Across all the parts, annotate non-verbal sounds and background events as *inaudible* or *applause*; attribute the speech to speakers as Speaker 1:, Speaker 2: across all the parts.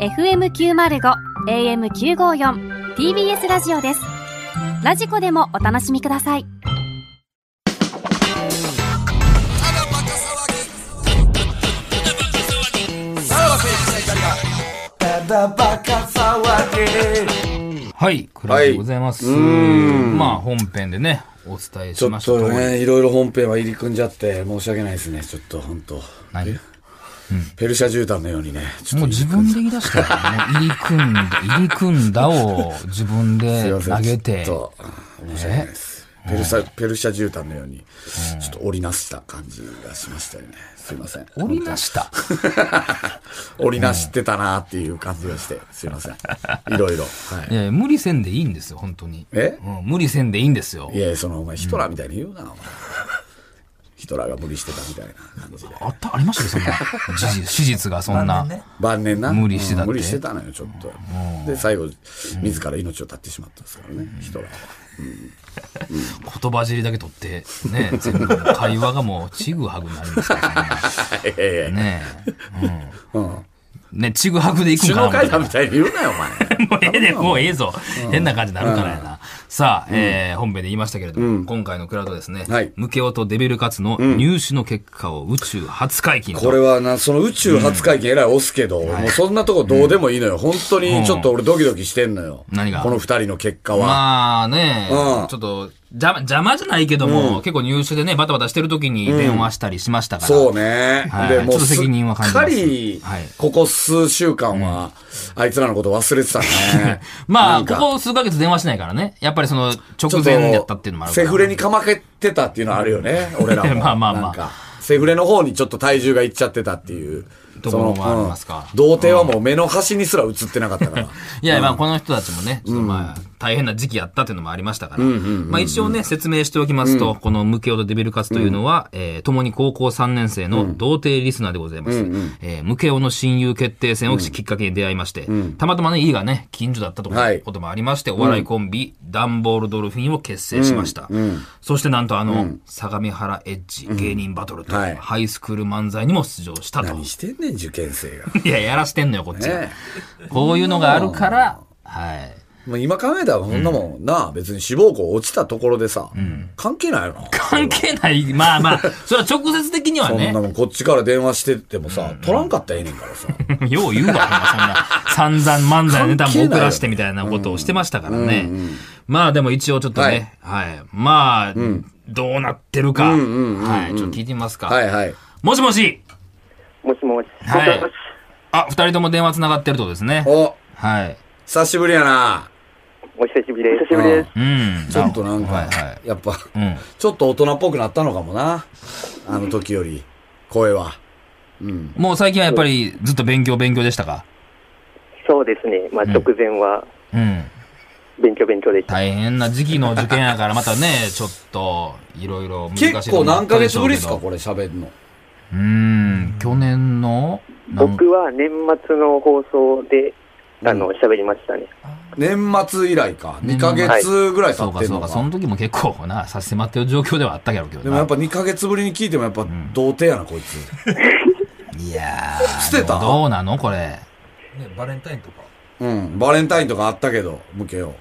Speaker 1: FM905 AM954 TBS ラジオですラジコでもお楽しみください
Speaker 2: はい、クラでございます。
Speaker 3: はいうーん
Speaker 2: まあ、本編でね、お伝え
Speaker 3: ち
Speaker 2: し
Speaker 3: ょ
Speaker 2: ま
Speaker 3: っ
Speaker 2: した通
Speaker 3: と
Speaker 2: り
Speaker 3: ね、いろいろ本編は入り組んじゃって、申し訳ないですね、ちょっと本当。
Speaker 2: 何
Speaker 3: えペルシャ絨毯のようにね、ちょっ
Speaker 2: も
Speaker 3: と
Speaker 2: う自分で言い出した
Speaker 3: *laughs*
Speaker 2: よね。入り組んだ、入り組んだを自
Speaker 3: す
Speaker 2: 分で
Speaker 3: いません
Speaker 2: 投げて
Speaker 3: ち。ょっと申し訳ないです。ペルシャ、ペルシャ絨毯のように、ちょっと織りなした感じがしましたよね。すいません。
Speaker 2: 折りなした。
Speaker 3: 織りなしてたなっていう感じがして、すいませ
Speaker 2: *laughs*
Speaker 3: ん。いろいろ。はい
Speaker 2: いやいや無理せんでいいんですよ、本当に。
Speaker 3: え
Speaker 2: うん、無理せんでいいんですよ
Speaker 3: い。やいや、その、お前、ヒトラーみたいに言うな、お前。ヒトラーが無理してたみたいな感じで。
Speaker 2: あった、ありましたよ、
Speaker 3: *laughs*
Speaker 2: そんな。事実、史実がそんな。
Speaker 3: 晩年な。
Speaker 2: 無理してたって
Speaker 3: うん無理してたのよ、ちょっと。で、最後、自ら命を絶ってしまったんですからね、ヒトラーは。
Speaker 2: 言葉尻だけ取って、ね、全部会話がもう、ちぐはぐになりますから
Speaker 3: *laughs* いやいや
Speaker 2: ね。
Speaker 3: いや
Speaker 2: ね
Speaker 3: うん。
Speaker 2: え。ね、ちぐはぐでいくん
Speaker 3: 首
Speaker 2: か
Speaker 3: 脳
Speaker 2: な
Speaker 3: 会
Speaker 2: みたいな
Speaker 3: 談み。たいに言うなよ、お前。
Speaker 2: *laughs* もうええで、もうええぞ。変な感じになるからやな。さあ、えー本編で言いましたけれども、今回のクラウドですね
Speaker 3: はい、
Speaker 2: ムケオとデビルカツの入手の結果を宇宙初解禁と
Speaker 3: これはな、その宇宙初会見えらい押すけど、もうそんなとこどうでもいいのよ。本当にちょっと俺ドキドキしてんのよ。
Speaker 2: 何が
Speaker 3: この二人の結果は。
Speaker 2: まあね、
Speaker 3: うん
Speaker 2: ちょっと邪魔、邪魔じゃないけども、結構入手でね、バタバタしてる時に電話したりしましたから。
Speaker 3: そうね。
Speaker 2: はい
Speaker 3: で、も
Speaker 2: ちょっ
Speaker 3: う
Speaker 2: と
Speaker 3: す
Speaker 2: 責任は
Speaker 3: っ
Speaker 2: 感じ
Speaker 3: か
Speaker 2: ます
Speaker 3: り
Speaker 2: はい、。
Speaker 3: ここ数週間は、あいつらのこと忘れてたね
Speaker 2: *laughs* ま
Speaker 3: な
Speaker 2: あ、
Speaker 3: んか
Speaker 2: ここ数ヶ月電話しないからね。やっぱりその、
Speaker 3: ちょ
Speaker 2: 直
Speaker 3: っと
Speaker 2: 前やったっていうのもあるから。
Speaker 3: セフレにかまけてたっていうのはあるよ
Speaker 2: *laughs*
Speaker 3: ね、俺らも。
Speaker 2: まあまあまあ
Speaker 3: なんかセフレの方にちょっと体重がいっちゃってたっていう。
Speaker 2: ところも
Speaker 3: その
Speaker 2: ありますか
Speaker 3: うん童貞はもう目の端にすら映ってなかったから。 *laughs*
Speaker 2: いや、まあ、この人たちもね、ちょっとまあ、大変な時期やったっていうのもありましたから、まあ、一応ね、説明しておきますと、このムケオとデビルカツというのは、えー共に高校3年生の童貞リスナーでございます。えームケオの親友決定戦をきっかけに出会いまして、たまたまね、家がね、近所だったと
Speaker 3: はい
Speaker 2: こともありまして、お笑いコンビ、ダンボールドルフィンを結成しました。そして、なんとあの、相模原エッジ芸人バトルと、
Speaker 3: はい
Speaker 2: ハイスクール漫才にも出場したと
Speaker 3: 何。してんねん、受験生が。
Speaker 2: いや、やらしてんのよ、こっちが。 *laughs*
Speaker 3: ね
Speaker 2: こういうのがあるから、はい。
Speaker 3: もう今考えたらこんなもん、なあ、別に志望校落ちたところでさ、関係ないよな。
Speaker 2: 関係ない。ま
Speaker 3: *laughs*
Speaker 2: あまあ、それは直接的には
Speaker 3: そん
Speaker 2: ね
Speaker 3: な。もんこっちから電話してってもさ、取らんかったらええねんから
Speaker 2: *laughs*
Speaker 3: さ。
Speaker 2: よう言うわ、ほんまそんな。散々漫才のネタも送らしてみたいなことをしてましたからね。まあでも一応ちょっとね、はい。まあ、どうなってるか。はい。ちょっと聞いてみますか。
Speaker 3: はいはい。
Speaker 2: もしもし
Speaker 4: もしもし。
Speaker 2: はい
Speaker 4: もしもし
Speaker 2: あ、二人とも電話繋がってるってことですね。
Speaker 3: お、
Speaker 2: はい。
Speaker 3: 久しぶりやな。
Speaker 4: お久しぶりです。久しぶりです。
Speaker 2: うん。
Speaker 3: ちょっとなん
Speaker 2: はい
Speaker 3: か
Speaker 2: は、
Speaker 3: やっぱ、
Speaker 2: い。うん。
Speaker 3: ちょっと大人っぽくなったのかもな。あの時より、声は。
Speaker 2: もう最近はやっぱりずっと勉強勉強でしたか
Speaker 4: そうですね。まあ、直前は
Speaker 2: うん。
Speaker 4: 勉強勉強でした。
Speaker 2: 大変な時期の受験やから、ま
Speaker 3: *laughs*
Speaker 2: たね、ちょっと、いろいろ難しい
Speaker 3: 結構何ヶ月ぶりですか、
Speaker 2: こ
Speaker 3: これ喋るの。
Speaker 2: れ。うーん、去年の、なん
Speaker 4: 僕は年末の放送で、あの、喋りましたね。
Speaker 3: 年末以来か。2ヶ月ぐらい経
Speaker 2: そう
Speaker 3: っ
Speaker 2: か
Speaker 3: てん
Speaker 2: そう
Speaker 3: の
Speaker 2: か、
Speaker 3: か。
Speaker 2: その時も結構な、差し迫ってる状況ではあったけどけどな
Speaker 3: でもやっぱ2ヶ月ぶりに聞いてもやっぱ童貞やな、こい
Speaker 2: *laughs*
Speaker 3: つ。
Speaker 2: いやー、
Speaker 3: 捨てた
Speaker 2: でもどうなのこれ。
Speaker 3: うん。バレンタインとかあったけど、向けよ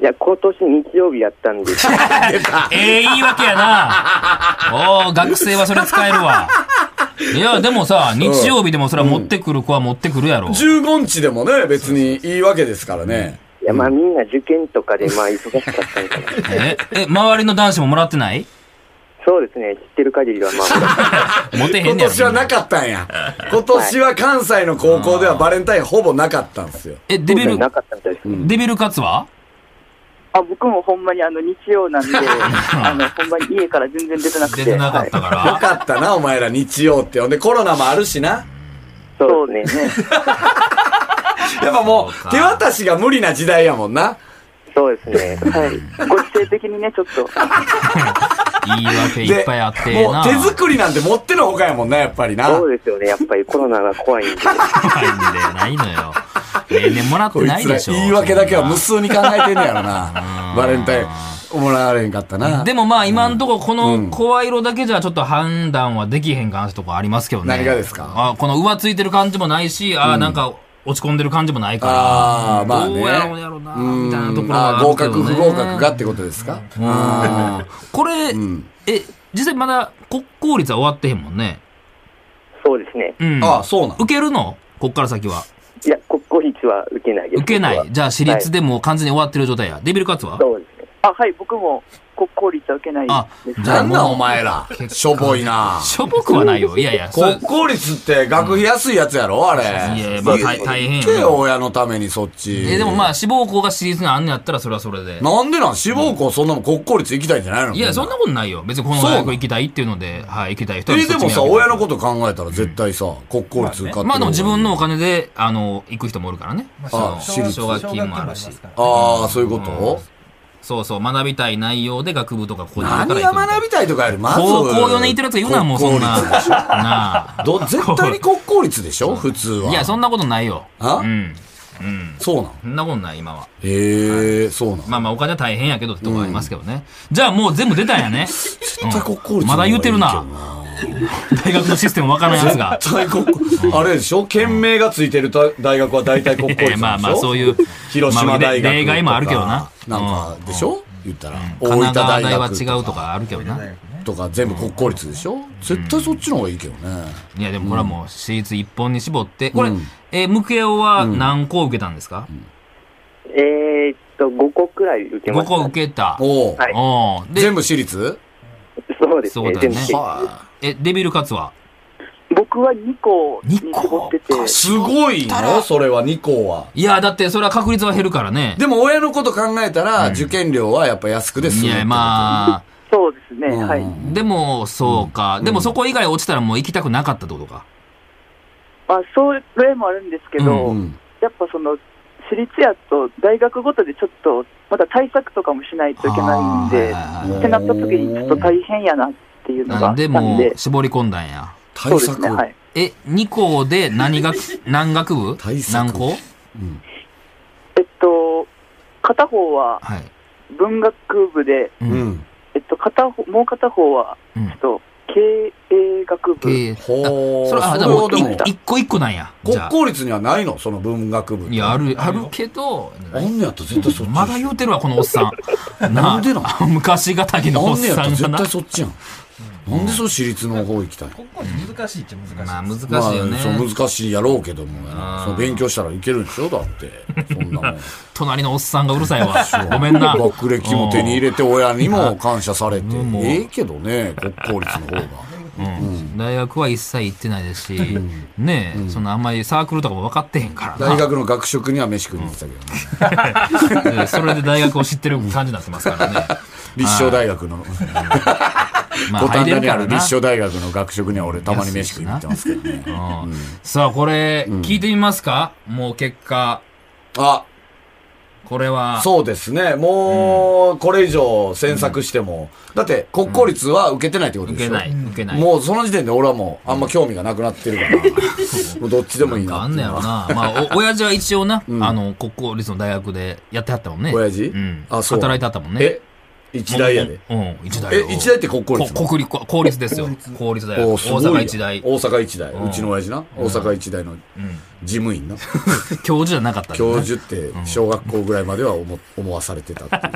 Speaker 3: う。
Speaker 4: いや、今年日曜日やったん
Speaker 2: *laughs*
Speaker 4: で、
Speaker 3: 出た
Speaker 2: ええ言い訳やな。
Speaker 3: *laughs*
Speaker 2: おー、学生はそれ使えるわ。いや、でもさ、日曜日でもそれは持ってくる子は持ってくるやろ。
Speaker 3: 15日でもね、別にいいわけですからね。
Speaker 4: いや、まあみんな受験とかで、まあ忙しかったんかな。
Speaker 2: え、え、周りの男子ももらってない
Speaker 4: そうですね。知ってる限りは、まあ、
Speaker 2: 持てへんねや
Speaker 3: 今
Speaker 2: ろ。
Speaker 3: 年は
Speaker 2: みん
Speaker 3: なかったんや。 *laughs* 今年は関西の高校ではバレンタインほぼなかったんですよ。
Speaker 2: え、デビル、
Speaker 4: なかったみたいです。
Speaker 2: デビルカツは
Speaker 5: あ僕もほんまにあの日
Speaker 2: *laughs*
Speaker 5: 曜なんで、あのほんまに家から全然出てなくて、
Speaker 2: 出てなかった
Speaker 5: はい
Speaker 2: か
Speaker 3: よ
Speaker 2: ら。
Speaker 3: かったな、お前ら日曜って。ほんでコロナもあるしな。
Speaker 4: そうですね。
Speaker 3: *laughs* やっぱも
Speaker 2: そうか
Speaker 3: う、手渡しが無理な時代やもんな。
Speaker 4: そうですね。はい。
Speaker 5: ご時世的にね、ちょっと、
Speaker 2: 言い訳
Speaker 3: で
Speaker 2: いっぱいあってええ
Speaker 3: も
Speaker 2: な。
Speaker 3: う手作りなんて持ってのほかやもんな、やっぱりな。
Speaker 4: そうですよね。やっぱりコロナが怖いんで。
Speaker 2: 怖いんだよ、ないのよ。例年もらって
Speaker 3: こい
Speaker 2: ない
Speaker 3: つら
Speaker 2: でしょ。
Speaker 3: 言い訳だけは無
Speaker 2: そ
Speaker 3: 数に考えてんねやろな。バレンタイン、もらわれへんかった
Speaker 2: ん
Speaker 3: な。
Speaker 2: なでもまあ今んとここの声色だけじゃちょっと判断はできへんかなってとこありますけどね。
Speaker 3: 何がですか
Speaker 2: あこの上ついてる感じもないし、あなんか落ち込んでる感じもないから。
Speaker 3: ああ、まあね。
Speaker 2: どうやろうやろな、みたいなところ
Speaker 3: うん
Speaker 2: は
Speaker 3: あ
Speaker 2: あ
Speaker 3: ー
Speaker 2: る
Speaker 3: 合
Speaker 2: けどね
Speaker 3: 格、不合格がってことですかあー
Speaker 2: これ、え、実際まだ国公立は終わってへんもんね。
Speaker 4: そうですね。
Speaker 2: うん。
Speaker 3: あー、そうなの
Speaker 2: 受けるのこっから先は。
Speaker 4: いや、国公立は受けないです。
Speaker 2: 受けな
Speaker 4: 僕
Speaker 2: い。
Speaker 4: は
Speaker 2: じゃあ、私立でもう完全に終わってる状態や。デビルカツは
Speaker 4: そうですね。
Speaker 5: あ、はい、僕も国公立は受けない
Speaker 2: あ
Speaker 5: です。
Speaker 2: じゃ
Speaker 3: なんなんお前ら。しょぼいな。
Speaker 2: しょぼくはない
Speaker 3: *laughs*
Speaker 2: よ。いやいや、そう
Speaker 3: 国公立って学費安いやつやろあれ。
Speaker 2: いやいやまあ大大変
Speaker 3: 言
Speaker 2: よ
Speaker 3: ってよ、親のためにそっち。
Speaker 2: え、でもまあ、志望校が私立にあんのやったらそれはそれで。
Speaker 3: なんでなん志望校そんなもん国公立行きたいんじゃないの
Speaker 2: いや、そんなことないよ。別にこの大学行きたいっていうので、はい、行きたい人は
Speaker 3: え、でもさ、親のことと考えたら絶対さ、国公立受かってる
Speaker 2: まあでも自分のお金で、あの、行く人もおるからね。
Speaker 3: あ
Speaker 2: その
Speaker 3: 私立
Speaker 2: 奨学金もあるし。
Speaker 3: ああ、そういうこと
Speaker 2: そうそう、学びたい内容で学部とかここに行
Speaker 3: 何
Speaker 2: くから
Speaker 3: が
Speaker 2: 行
Speaker 3: 学
Speaker 2: くみたい
Speaker 3: びたいとかより、まず。
Speaker 2: 高校4年行ってるやつが言うな、もうそんな。
Speaker 3: 国公立
Speaker 2: なあ。
Speaker 3: ど絶対に国公立でし
Speaker 2: *laughs*
Speaker 3: ょ普通は。
Speaker 2: いや、そんなことないよ。
Speaker 3: あ
Speaker 2: うん。うん。
Speaker 3: そうなの
Speaker 2: そんなことない、今は。
Speaker 3: へえ、そうなの
Speaker 2: まあまあ、お金は大変やけどってとこありますけどね。じゃあもう全部出たんやね。
Speaker 3: 絶対国公立の方がいいけど。
Speaker 2: まだ言うてるな。大学のシステムわからんやつ
Speaker 3: *laughs*
Speaker 2: が。
Speaker 3: 大国、あれでしょ県名がついてる大大学は大体国公立なんでしょ
Speaker 2: まあ *laughs* まあそういう
Speaker 3: 広島大学と
Speaker 2: ま
Speaker 3: か
Speaker 2: あ例外もあるけどな
Speaker 3: なんかでしょ、言ったら、大
Speaker 2: 神
Speaker 3: 分
Speaker 2: 奈川
Speaker 3: 大
Speaker 2: 大は
Speaker 3: 学
Speaker 2: 違うとかあるけどな。
Speaker 3: とか全部国公立でしょ、絶対そっちの方がいいけどね、
Speaker 2: いや、でもこれはもう、私立一本に絞って、これ
Speaker 3: うん、
Speaker 2: えー、ムケオは何校受けたんですか
Speaker 4: えーっと、5個くらい受け
Speaker 2: ?5
Speaker 4: ました。
Speaker 2: 校受けた。
Speaker 3: お
Speaker 2: お
Speaker 3: お、
Speaker 4: はい
Speaker 2: ーで
Speaker 3: 全、部私立
Speaker 4: そうです
Speaker 2: そう
Speaker 4: ね。
Speaker 2: だよね
Speaker 4: 全部
Speaker 3: は
Speaker 2: え、デビルカツは
Speaker 5: 僕は2校に絞ってて、
Speaker 3: すごいのそれは2校はい
Speaker 2: や、だってそれは確率は減るからね。
Speaker 3: でも親のこと考えたら、受験料はやっぱ安くです
Speaker 2: いや、まあ、
Speaker 5: そうですね、
Speaker 3: うん
Speaker 5: はい。
Speaker 2: でも、そうか。でもそこ以外落ちたらもう行きたくなかったってことか。
Speaker 5: まあ、それもあるんですけど、
Speaker 3: うん、
Speaker 5: やっぱその、私立やと大学ごとでちょっと、まだ対策とかもしないといけないんで、
Speaker 2: あ
Speaker 3: ー
Speaker 5: ってなった時にちょっと大変やなっていうのがあ
Speaker 2: あ
Speaker 5: っ
Speaker 2: で
Speaker 5: たん
Speaker 2: も
Speaker 5: で、、
Speaker 2: 絞り込んだんや。
Speaker 5: そ
Speaker 3: 対
Speaker 5: うです
Speaker 3: 策、
Speaker 5: ね、はい。
Speaker 2: え、2校で何
Speaker 3: *laughs*
Speaker 2: 学、何学部
Speaker 3: 対策
Speaker 2: 何校
Speaker 5: えっと、片方は
Speaker 2: はい。
Speaker 5: 文学部で、
Speaker 3: う
Speaker 2: う。
Speaker 3: んん
Speaker 5: えっと、片方、もう片方は、
Speaker 2: う
Speaker 5: ち
Speaker 2: ん。
Speaker 5: ょっと、経営学部。
Speaker 2: 経営。
Speaker 3: ほう
Speaker 2: それは、あ、で
Speaker 3: れ
Speaker 2: も
Speaker 3: はでも、
Speaker 2: い一個一個なんや。じ
Speaker 3: 国
Speaker 2: ゃあ
Speaker 3: 公立にはないのその文学部って
Speaker 2: いや、ある、あるけど、
Speaker 3: あんねやったら絶対そっち
Speaker 2: まだ言うてるわ、このおっさん。
Speaker 3: *laughs* なんでなん
Speaker 2: あ昔がたきのお
Speaker 3: あ
Speaker 2: っ
Speaker 3: んねやったら
Speaker 2: さんが
Speaker 3: 絶
Speaker 2: な
Speaker 3: 対。そっちやん。なんでそう私立の方行きたいの
Speaker 6: ここ難しいっちゃ難しいです。
Speaker 2: まあ、難し
Speaker 3: まあ
Speaker 2: いよね。
Speaker 3: そう難しいやろうけどもや
Speaker 2: う
Speaker 3: なんその勉強したらいけるんでしょだって。そんなもん。
Speaker 2: 隣のおっさんがうるさいわ。ごめ
Speaker 3: *laughs*
Speaker 2: んな。
Speaker 3: 学歴も手に入れて親にも感謝されて。
Speaker 2: うん
Speaker 3: ええけどね、国公立の方が。
Speaker 2: うん大学は一切行ってないですし、ねえ、そんなあんまりサークルとかも分かってへんからな。
Speaker 3: 大学の学食には飯食いに行ってたけどね。
Speaker 2: えーそれで大学を知ってる感じになってますか
Speaker 3: *laughs*
Speaker 2: らね。
Speaker 3: 立正大学の、五
Speaker 2: ま
Speaker 3: 反田にあ
Speaker 2: 入れ
Speaker 3: る
Speaker 2: るからな
Speaker 3: 立正大学の学食には俺たまに飯食いに行ってますけどね。
Speaker 2: うんさあ、これ、聞いてみますかもう結果。
Speaker 3: あ、
Speaker 2: これは。
Speaker 3: そうですね。もう、これ以上詮索しても。だって、国公立は受けてないってことで
Speaker 2: 受
Speaker 3: しょ
Speaker 2: けない、受けない。
Speaker 3: もうその時点で俺はもうあんま興味がなくなってる
Speaker 2: *laughs*
Speaker 3: から、もうどっちでもいいな
Speaker 2: あ
Speaker 3: っ
Speaker 2: ん
Speaker 3: て
Speaker 2: ね
Speaker 3: い
Speaker 2: や
Speaker 3: うの
Speaker 2: ろ
Speaker 3: は。
Speaker 2: な。まあ、
Speaker 3: *laughs*
Speaker 2: お、親父は一応な、あの、国公立の大学でやってはったもんね。
Speaker 3: 親父
Speaker 2: うん。
Speaker 3: あそう
Speaker 2: 働いてはったもんね。
Speaker 3: え、一大やで。
Speaker 2: うん、一大
Speaker 3: え
Speaker 2: よ、
Speaker 3: 一大って国公立な
Speaker 2: こ
Speaker 3: の
Speaker 2: 国立、こ公立ですよ。公立大学。
Speaker 3: お
Speaker 2: 大
Speaker 3: ーすごいやん
Speaker 2: 阪一大。う
Speaker 3: 大阪一大。
Speaker 2: うん
Speaker 3: うちの親父な。大阪一大の
Speaker 2: ん。
Speaker 3: 事務
Speaker 2: *laughs*
Speaker 3: 員な。
Speaker 2: 教授じゃなかったんだね
Speaker 3: 教授って小学校ぐらいまでは思思わされてたって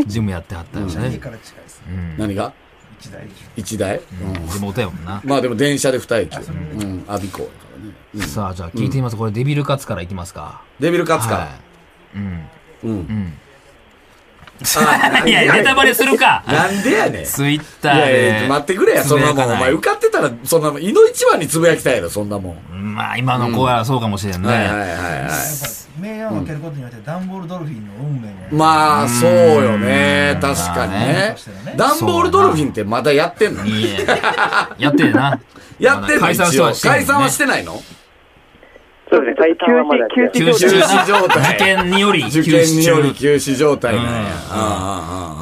Speaker 3: いう。
Speaker 2: ジムやってはったんじゃ
Speaker 6: 家
Speaker 2: ね。
Speaker 6: から近いですね。
Speaker 2: うん。
Speaker 3: 何が
Speaker 6: 一台でしょ。
Speaker 3: 一大うん
Speaker 2: 地元やもんな。
Speaker 3: まあでも電車で二駅。うん、阿鼻子やからね。
Speaker 2: さあ、じゃあ聞いてみます。これデビルカツからいきますか。
Speaker 3: デビルカツか。
Speaker 2: い。うん。
Speaker 3: うん。
Speaker 2: いや、ネタバレするか。
Speaker 3: なんでやねん。
Speaker 2: ツイッ
Speaker 3: い
Speaker 2: ターで。
Speaker 3: やいや、待ってくれや、そんなもん。お前受かってたら、そんなもん、いの一番につぶやきたいやろ、そんなもん。
Speaker 2: まあ、今の子はそうかもしれんね。
Speaker 3: はいはいはいはい。
Speaker 6: 明暗を分けることによって、ダンボールドルフィンの運命が。
Speaker 3: まあ、そうよね。確かにね
Speaker 6: まあね。
Speaker 3: ダンボールドルフィンってまだやってんの
Speaker 2: いいえやってるな。
Speaker 3: *laughs* やってんの
Speaker 2: まだ解散しては
Speaker 3: 一応解散はしててないの
Speaker 4: そうですね。体感はまだ
Speaker 5: 休止
Speaker 2: な
Speaker 5: て
Speaker 2: い
Speaker 5: 休
Speaker 2: ね。休止
Speaker 5: 止
Speaker 3: 休止状態
Speaker 2: 受験により
Speaker 3: 受験により
Speaker 2: 中
Speaker 3: 休止状態なんや
Speaker 2: うん
Speaker 3: ああ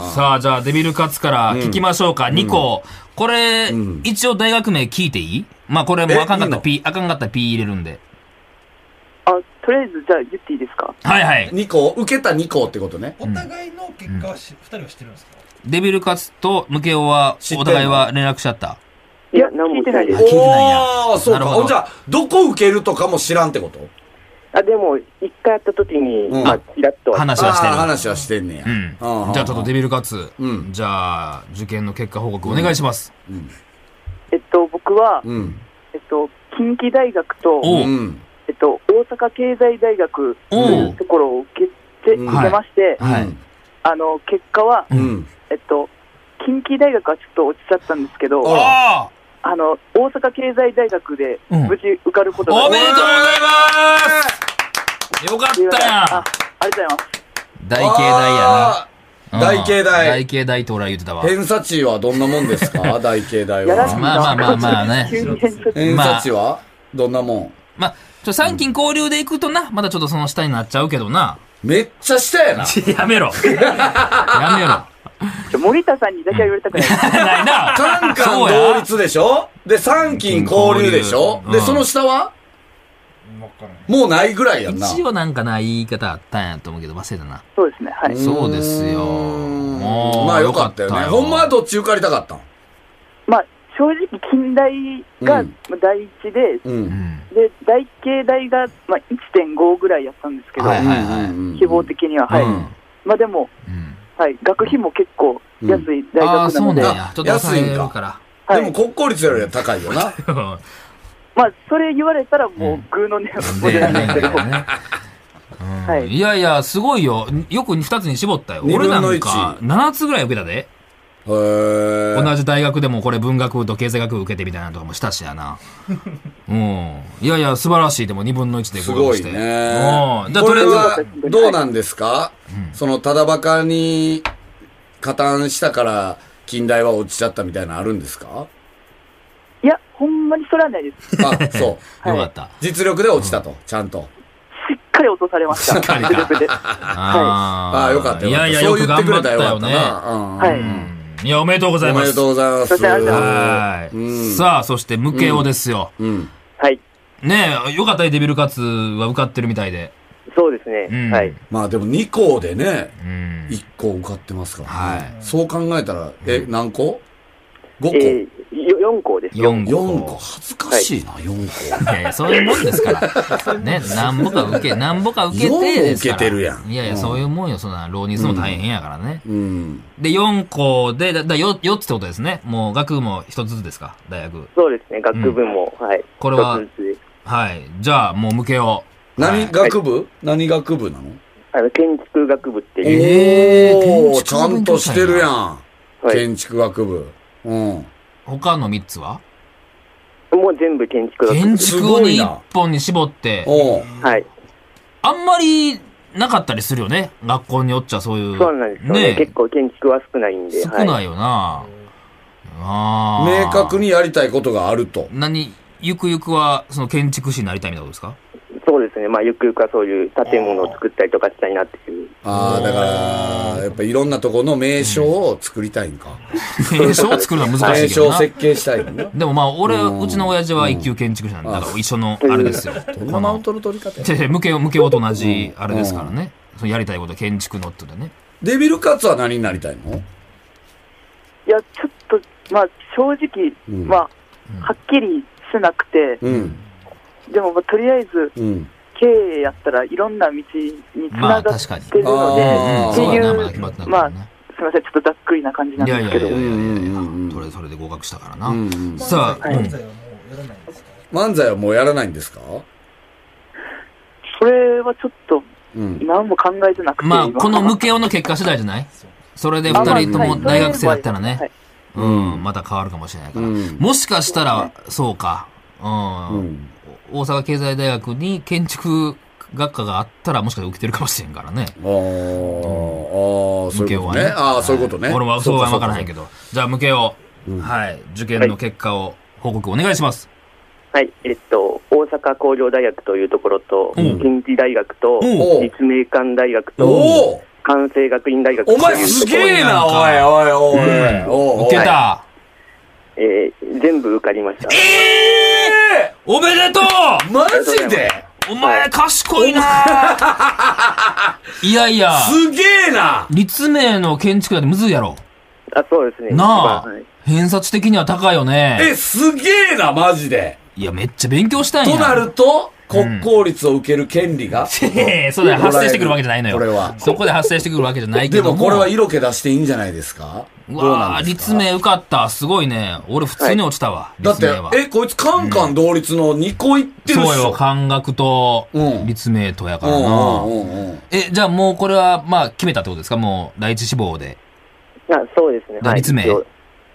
Speaker 3: あああ
Speaker 2: さあ、じゃあデビルカツから聞きましょうか。2個。これ、
Speaker 3: ん
Speaker 2: 一応大学名聞いていいまあ、これもう
Speaker 3: え
Speaker 2: あかんか
Speaker 3: い
Speaker 2: ったら
Speaker 3: いの
Speaker 2: P、あかんかったら P 入れるんで。
Speaker 5: あ、とりあえずじゃあ言っていいですか
Speaker 2: はいは
Speaker 3: あ
Speaker 2: い。
Speaker 3: 二校、受けた2校ってことね。
Speaker 6: お互いの結果はし、二人は知ってるんですか
Speaker 2: デビルカツとムケオは
Speaker 3: 知ってん、の
Speaker 2: お互いは連絡しちゃった。
Speaker 4: いや、何もしてないで
Speaker 3: お
Speaker 4: す。
Speaker 2: 聞いてないんや
Speaker 3: ーそう
Speaker 2: なるほ
Speaker 3: か。
Speaker 2: ど
Speaker 3: じゃあ、どこ受けるとかも知らんってこと
Speaker 4: あ、あでも、一回やった時に、
Speaker 3: うん
Speaker 4: まあ、ちらっとは、
Speaker 2: 話
Speaker 3: あ
Speaker 2: はして
Speaker 3: ー
Speaker 2: る。
Speaker 3: 話はしてんねや。
Speaker 2: うん。じゃあちょっとデビルカツ、
Speaker 3: うん
Speaker 2: じゃあ受験の結果報告お願いします。
Speaker 5: えっと、僕は、
Speaker 3: うん。
Speaker 5: えっと、近畿大学と、
Speaker 2: おう
Speaker 3: うん。
Speaker 5: えっと、大阪経済大学と
Speaker 2: おう
Speaker 5: いうところを受けて、
Speaker 3: うん
Speaker 5: 受けまして、
Speaker 2: はい
Speaker 5: あの、結果は、
Speaker 3: うん。うん。
Speaker 5: えっと、近畿大学はちょっと落ちちゃったんですけど、
Speaker 3: お
Speaker 5: あ
Speaker 2: あ
Speaker 5: の、大阪経済大学で
Speaker 2: うん
Speaker 5: 無事受かること
Speaker 2: あ
Speaker 5: が
Speaker 2: おめでとうございますよかったや
Speaker 5: あ
Speaker 2: ん
Speaker 5: ありがとうございま
Speaker 2: 大慶
Speaker 5: す。
Speaker 2: 大や
Speaker 3: あー
Speaker 2: な。
Speaker 3: 大慶大
Speaker 2: うん大慶大と俺は言ってたわ。
Speaker 3: 偏差値はどんなもんですか大慶大
Speaker 5: や
Speaker 2: ま
Speaker 5: ら
Speaker 2: あ
Speaker 5: せ
Speaker 3: は。
Speaker 2: まあまあまあ *laughs* ね。
Speaker 5: 急に変則
Speaker 3: 偏差値はどんなもん
Speaker 2: まあ、ちょ、三金交流で行くとな、まだちょっとその下になっちゃうけどな。
Speaker 3: めっちゃ下やな。
Speaker 2: *laughs* やめろ。やめろ。
Speaker 5: ちょ森田さんにだけは言われたくない。
Speaker 2: ないな。
Speaker 3: カンカン
Speaker 2: そうや
Speaker 3: 同率でしょで、三金交流でしょ
Speaker 2: うん
Speaker 3: で、その下は
Speaker 6: わからない。
Speaker 3: もうないぐらいやんな。
Speaker 2: *laughs* 一応なんかな、言い方あったんやと思うけど、忘れたな。
Speaker 5: そうですね。はい。
Speaker 2: そうですよ。
Speaker 3: うん
Speaker 2: もう
Speaker 3: まあよかったよね。ほんまはどっち受かりたかったん
Speaker 5: まあ、正直、近代が
Speaker 3: うん
Speaker 5: まあ第一で、
Speaker 3: う。
Speaker 2: うんん。
Speaker 5: で、大慶大が、まあ、1.5ぐらいやったんですけど、
Speaker 2: はいはいはい
Speaker 5: 希望的には、はい。
Speaker 3: うん
Speaker 5: まあでも、
Speaker 2: うん。
Speaker 5: はい、学費も結構安い大
Speaker 2: ああ、
Speaker 5: 学な
Speaker 2: そう
Speaker 5: ので、
Speaker 2: なんや。ちょっと抑えるから。
Speaker 5: は
Speaker 3: で
Speaker 5: い
Speaker 3: も国公立より *laughs* は高いよな。
Speaker 2: *laughs*
Speaker 5: まあ、それ言われたら
Speaker 2: う、
Speaker 5: もうんぐ
Speaker 2: *laughs*
Speaker 5: ーの音は
Speaker 2: で
Speaker 5: 出ないんですけど、
Speaker 2: ね。
Speaker 5: は
Speaker 2: うん
Speaker 5: い
Speaker 2: いやいや、すごいよ。よく2つに絞ったよ。
Speaker 3: 二
Speaker 2: 俺
Speaker 3: 分
Speaker 2: な
Speaker 3: の
Speaker 2: んか、7つぐらい受けたで。
Speaker 3: へー
Speaker 2: 同じ大学でもこれ文学部と経済学部受けてみたいなのとかもしたし
Speaker 3: *laughs*
Speaker 2: やな。うん。いやいや、素晴らしい。でも2分の1です合格
Speaker 3: ご
Speaker 2: し
Speaker 3: い
Speaker 2: て。
Speaker 3: ね。
Speaker 2: うん。じゃあ、
Speaker 3: こと
Speaker 2: り
Speaker 3: れ
Speaker 2: あ
Speaker 3: はどうなんですか、その、ただバカに加担したから、近代は落ちちゃったみたいなのあるんですか
Speaker 5: いや、ほんまにそれはないです。し
Speaker 3: あ、そう。
Speaker 2: えず、よかった。
Speaker 3: 実力で落ちたと、ちゃんと。
Speaker 5: っかり落とされました、
Speaker 2: かりか
Speaker 5: 努力で。
Speaker 2: あ
Speaker 3: ああ、よかったよ
Speaker 2: い
Speaker 3: かった。
Speaker 2: やいや、よ
Speaker 3: そう
Speaker 2: く
Speaker 3: 言って
Speaker 2: 頑
Speaker 3: く
Speaker 2: 張っ
Speaker 3: れた
Speaker 2: た
Speaker 3: らよかっ
Speaker 2: よね。
Speaker 3: たな。うん
Speaker 5: は
Speaker 2: う
Speaker 5: い
Speaker 2: んいや、おめでとうござい
Speaker 3: お
Speaker 2: ま
Speaker 3: め
Speaker 2: す。
Speaker 3: でとうございます。
Speaker 5: そしてありがとうござい
Speaker 2: は
Speaker 3: う
Speaker 2: い。
Speaker 3: ん
Speaker 2: さあ、そして、無形をですよ。
Speaker 3: うん。
Speaker 4: はい、
Speaker 2: ねえ、よかったねデビルカツは受かってるみたいで。
Speaker 4: そうですね、
Speaker 2: うん
Speaker 4: はい。
Speaker 3: まあでも2校でね、
Speaker 2: うん。
Speaker 3: 1校受かってますから、
Speaker 2: はい。
Speaker 3: そう考えたら、え、何校 ?5 校、
Speaker 4: えー、よ4校です。
Speaker 2: 4
Speaker 3: ?4 校
Speaker 2: 個。
Speaker 3: 恥ずかしいな、4校。
Speaker 2: いやいや、そういうもんで
Speaker 3: *laughs*
Speaker 2: すから。ね、なんぼか受け、なんぼか受け
Speaker 3: 四
Speaker 2: て
Speaker 3: も
Speaker 2: ですから。
Speaker 3: 受けてるやん
Speaker 2: いやいや、そういうもんよ、そんな、浪人するの大変やからね。
Speaker 3: うん。
Speaker 2: で、4校で、だ、だ、4, 四つってことですね。もう、学部も1つずつですか、大学。
Speaker 4: そうですね、学部も、はい。
Speaker 2: これは
Speaker 4: 一つずつ
Speaker 2: はい。じゃあ、もう、向けを。
Speaker 3: 何
Speaker 2: はい
Speaker 3: 学部、何学部なの
Speaker 4: あの建築学部っていう、
Speaker 2: えー
Speaker 3: おー
Speaker 2: 建
Speaker 3: ち
Speaker 2: 築の
Speaker 3: ゃんとしてるやん。
Speaker 4: はい、
Speaker 3: 建築学部。うん。
Speaker 2: 他の3つは
Speaker 4: もう全部建築学部
Speaker 2: 建
Speaker 4: です。
Speaker 2: 築を
Speaker 3: すごい
Speaker 2: に
Speaker 3: な
Speaker 2: 1本に絞って、
Speaker 3: おう
Speaker 4: はい、
Speaker 2: あんまり、なかったりするよね。学校によっちゃそういう。
Speaker 4: そうなんですよね
Speaker 2: ねえ
Speaker 4: 結構建築は少ないんで、
Speaker 2: 少
Speaker 4: は。
Speaker 2: ないいよな。あー
Speaker 3: 明確。にやりたいことがあると。
Speaker 2: 何、ゆくゆくは、その建築士になりたいみたいなことですか
Speaker 4: そうですね、まあ、ゆくゆくはそういう建物を作ったりとかしたいなっていう。
Speaker 3: ああ、だから、やっぱいろんなとこの名称を作りたいんか。
Speaker 2: 名称を作るのは難し
Speaker 3: 名
Speaker 2: いけど
Speaker 3: 称
Speaker 2: な。
Speaker 3: 設計したいんだ。
Speaker 2: でもまあ、俺、
Speaker 3: うん
Speaker 2: うちの親父は一級建築士なんで、
Speaker 3: うん
Speaker 2: だから一緒の、あれですよ。
Speaker 3: *laughs* どん
Speaker 2: こ
Speaker 3: なマウン
Speaker 2: の、
Speaker 3: トの取り方や
Speaker 2: 違う違う、向け、向けと同じ、あれですからね。そのやりたいこと、建築のってことでね。
Speaker 3: デビルカツは何になりたいの
Speaker 5: いや、ちょっと、まあ、正直、
Speaker 3: うん
Speaker 5: まあ、はっきりしてなくて、
Speaker 3: うん。
Speaker 5: でも、まあとりあえず、
Speaker 3: うん。
Speaker 5: 経営やったらいろんな道につ
Speaker 2: ま
Speaker 5: な
Speaker 2: あ
Speaker 5: がっ
Speaker 2: 確かに
Speaker 5: てるので、
Speaker 3: あー
Speaker 5: って
Speaker 2: そう
Speaker 5: い
Speaker 2: やな、
Speaker 5: う、
Speaker 2: まだ決まってない
Speaker 5: ま
Speaker 2: か
Speaker 5: あ
Speaker 2: ら、ね。
Speaker 5: すみません、ちょっとざっくりな感じなん
Speaker 2: いや
Speaker 5: で
Speaker 2: い
Speaker 5: す
Speaker 2: や
Speaker 5: け
Speaker 2: い
Speaker 5: ど
Speaker 2: やいやい
Speaker 3: うんう
Speaker 2: や
Speaker 3: ん
Speaker 2: いや
Speaker 3: うんうん
Speaker 2: それ、それで合格したから
Speaker 3: う
Speaker 2: な。
Speaker 3: んうん
Speaker 2: さあ、うん
Speaker 6: 漫才はもうやらないんですか
Speaker 3: 漫才はもうやらないんですか
Speaker 5: それはちょっと
Speaker 3: うん。
Speaker 5: 何も考えてなくて、
Speaker 2: まあ、
Speaker 5: 今
Speaker 2: この向けの結果次第じゃないそれで二人とも大学生だったらね。うん、また変わるかもしれないから。
Speaker 3: うん
Speaker 2: もしかしたら、そうか。う。
Speaker 3: うんん。
Speaker 2: 大阪経済大学に建築学科があったら、もしかしたら受けてるかもしれんからね。
Speaker 3: あーあー、そういうことね。ああ、そういうことね。
Speaker 2: 俺もそうは分からへんけ
Speaker 3: ど。
Speaker 2: ど。じゃあ、向けを、
Speaker 3: うん
Speaker 2: はい、受験の結果を報告お願いします。
Speaker 4: はい、えっと、大阪工業大学というところと、
Speaker 2: うん
Speaker 4: 近畿大学と、
Speaker 3: おう
Speaker 4: 立命館大学
Speaker 3: お
Speaker 4: と、
Speaker 3: お
Speaker 4: 関西学院大学とい
Speaker 3: お
Speaker 4: う
Speaker 3: 前すげえな、
Speaker 2: すごい
Speaker 3: おい
Speaker 2: やん
Speaker 3: おいおいおいおい。
Speaker 2: 受けた。
Speaker 4: えー全部受かりました。
Speaker 3: え
Speaker 2: おめでと
Speaker 3: ーマジで
Speaker 2: うお前、
Speaker 3: *laughs*
Speaker 2: 賢いないやいや、
Speaker 3: すげえな
Speaker 2: 立命の建築だってむずいやろ。
Speaker 4: あ、そうですね。
Speaker 2: なあ
Speaker 4: はい、
Speaker 2: 偏差値的には高いよね。
Speaker 3: え、すげえな、マジで
Speaker 2: いや、めっちゃ勉強したんや。
Speaker 3: となると、国公立を受ける権利
Speaker 2: *laughs*
Speaker 3: が、
Speaker 2: へ *laughs* へそうだよ発生してくるわけじゃないのよ。
Speaker 3: これは
Speaker 2: そこで発生してくるわけじゃないけ
Speaker 3: で
Speaker 2: ど
Speaker 3: も
Speaker 2: も。
Speaker 3: これは色気出していいんじゃないですか
Speaker 2: う
Speaker 3: どうな
Speaker 2: わ
Speaker 3: ん
Speaker 2: ー、
Speaker 3: ですか
Speaker 2: 立命受かった。すごいね。俺普通に落ちたわ。
Speaker 3: だ
Speaker 2: 立命は
Speaker 3: って、え、こいつカンカン同率の2個いってるっし
Speaker 2: そうよ、
Speaker 3: ょ。
Speaker 2: 感覚と
Speaker 3: うん
Speaker 2: 立命とやか
Speaker 3: うん
Speaker 2: らな。
Speaker 3: うんうんうん。
Speaker 2: え、じゃあもうこれは、まあ決めたってことですかもう、第一志望で。
Speaker 4: あそうですね。
Speaker 2: だ立命
Speaker 4: 一応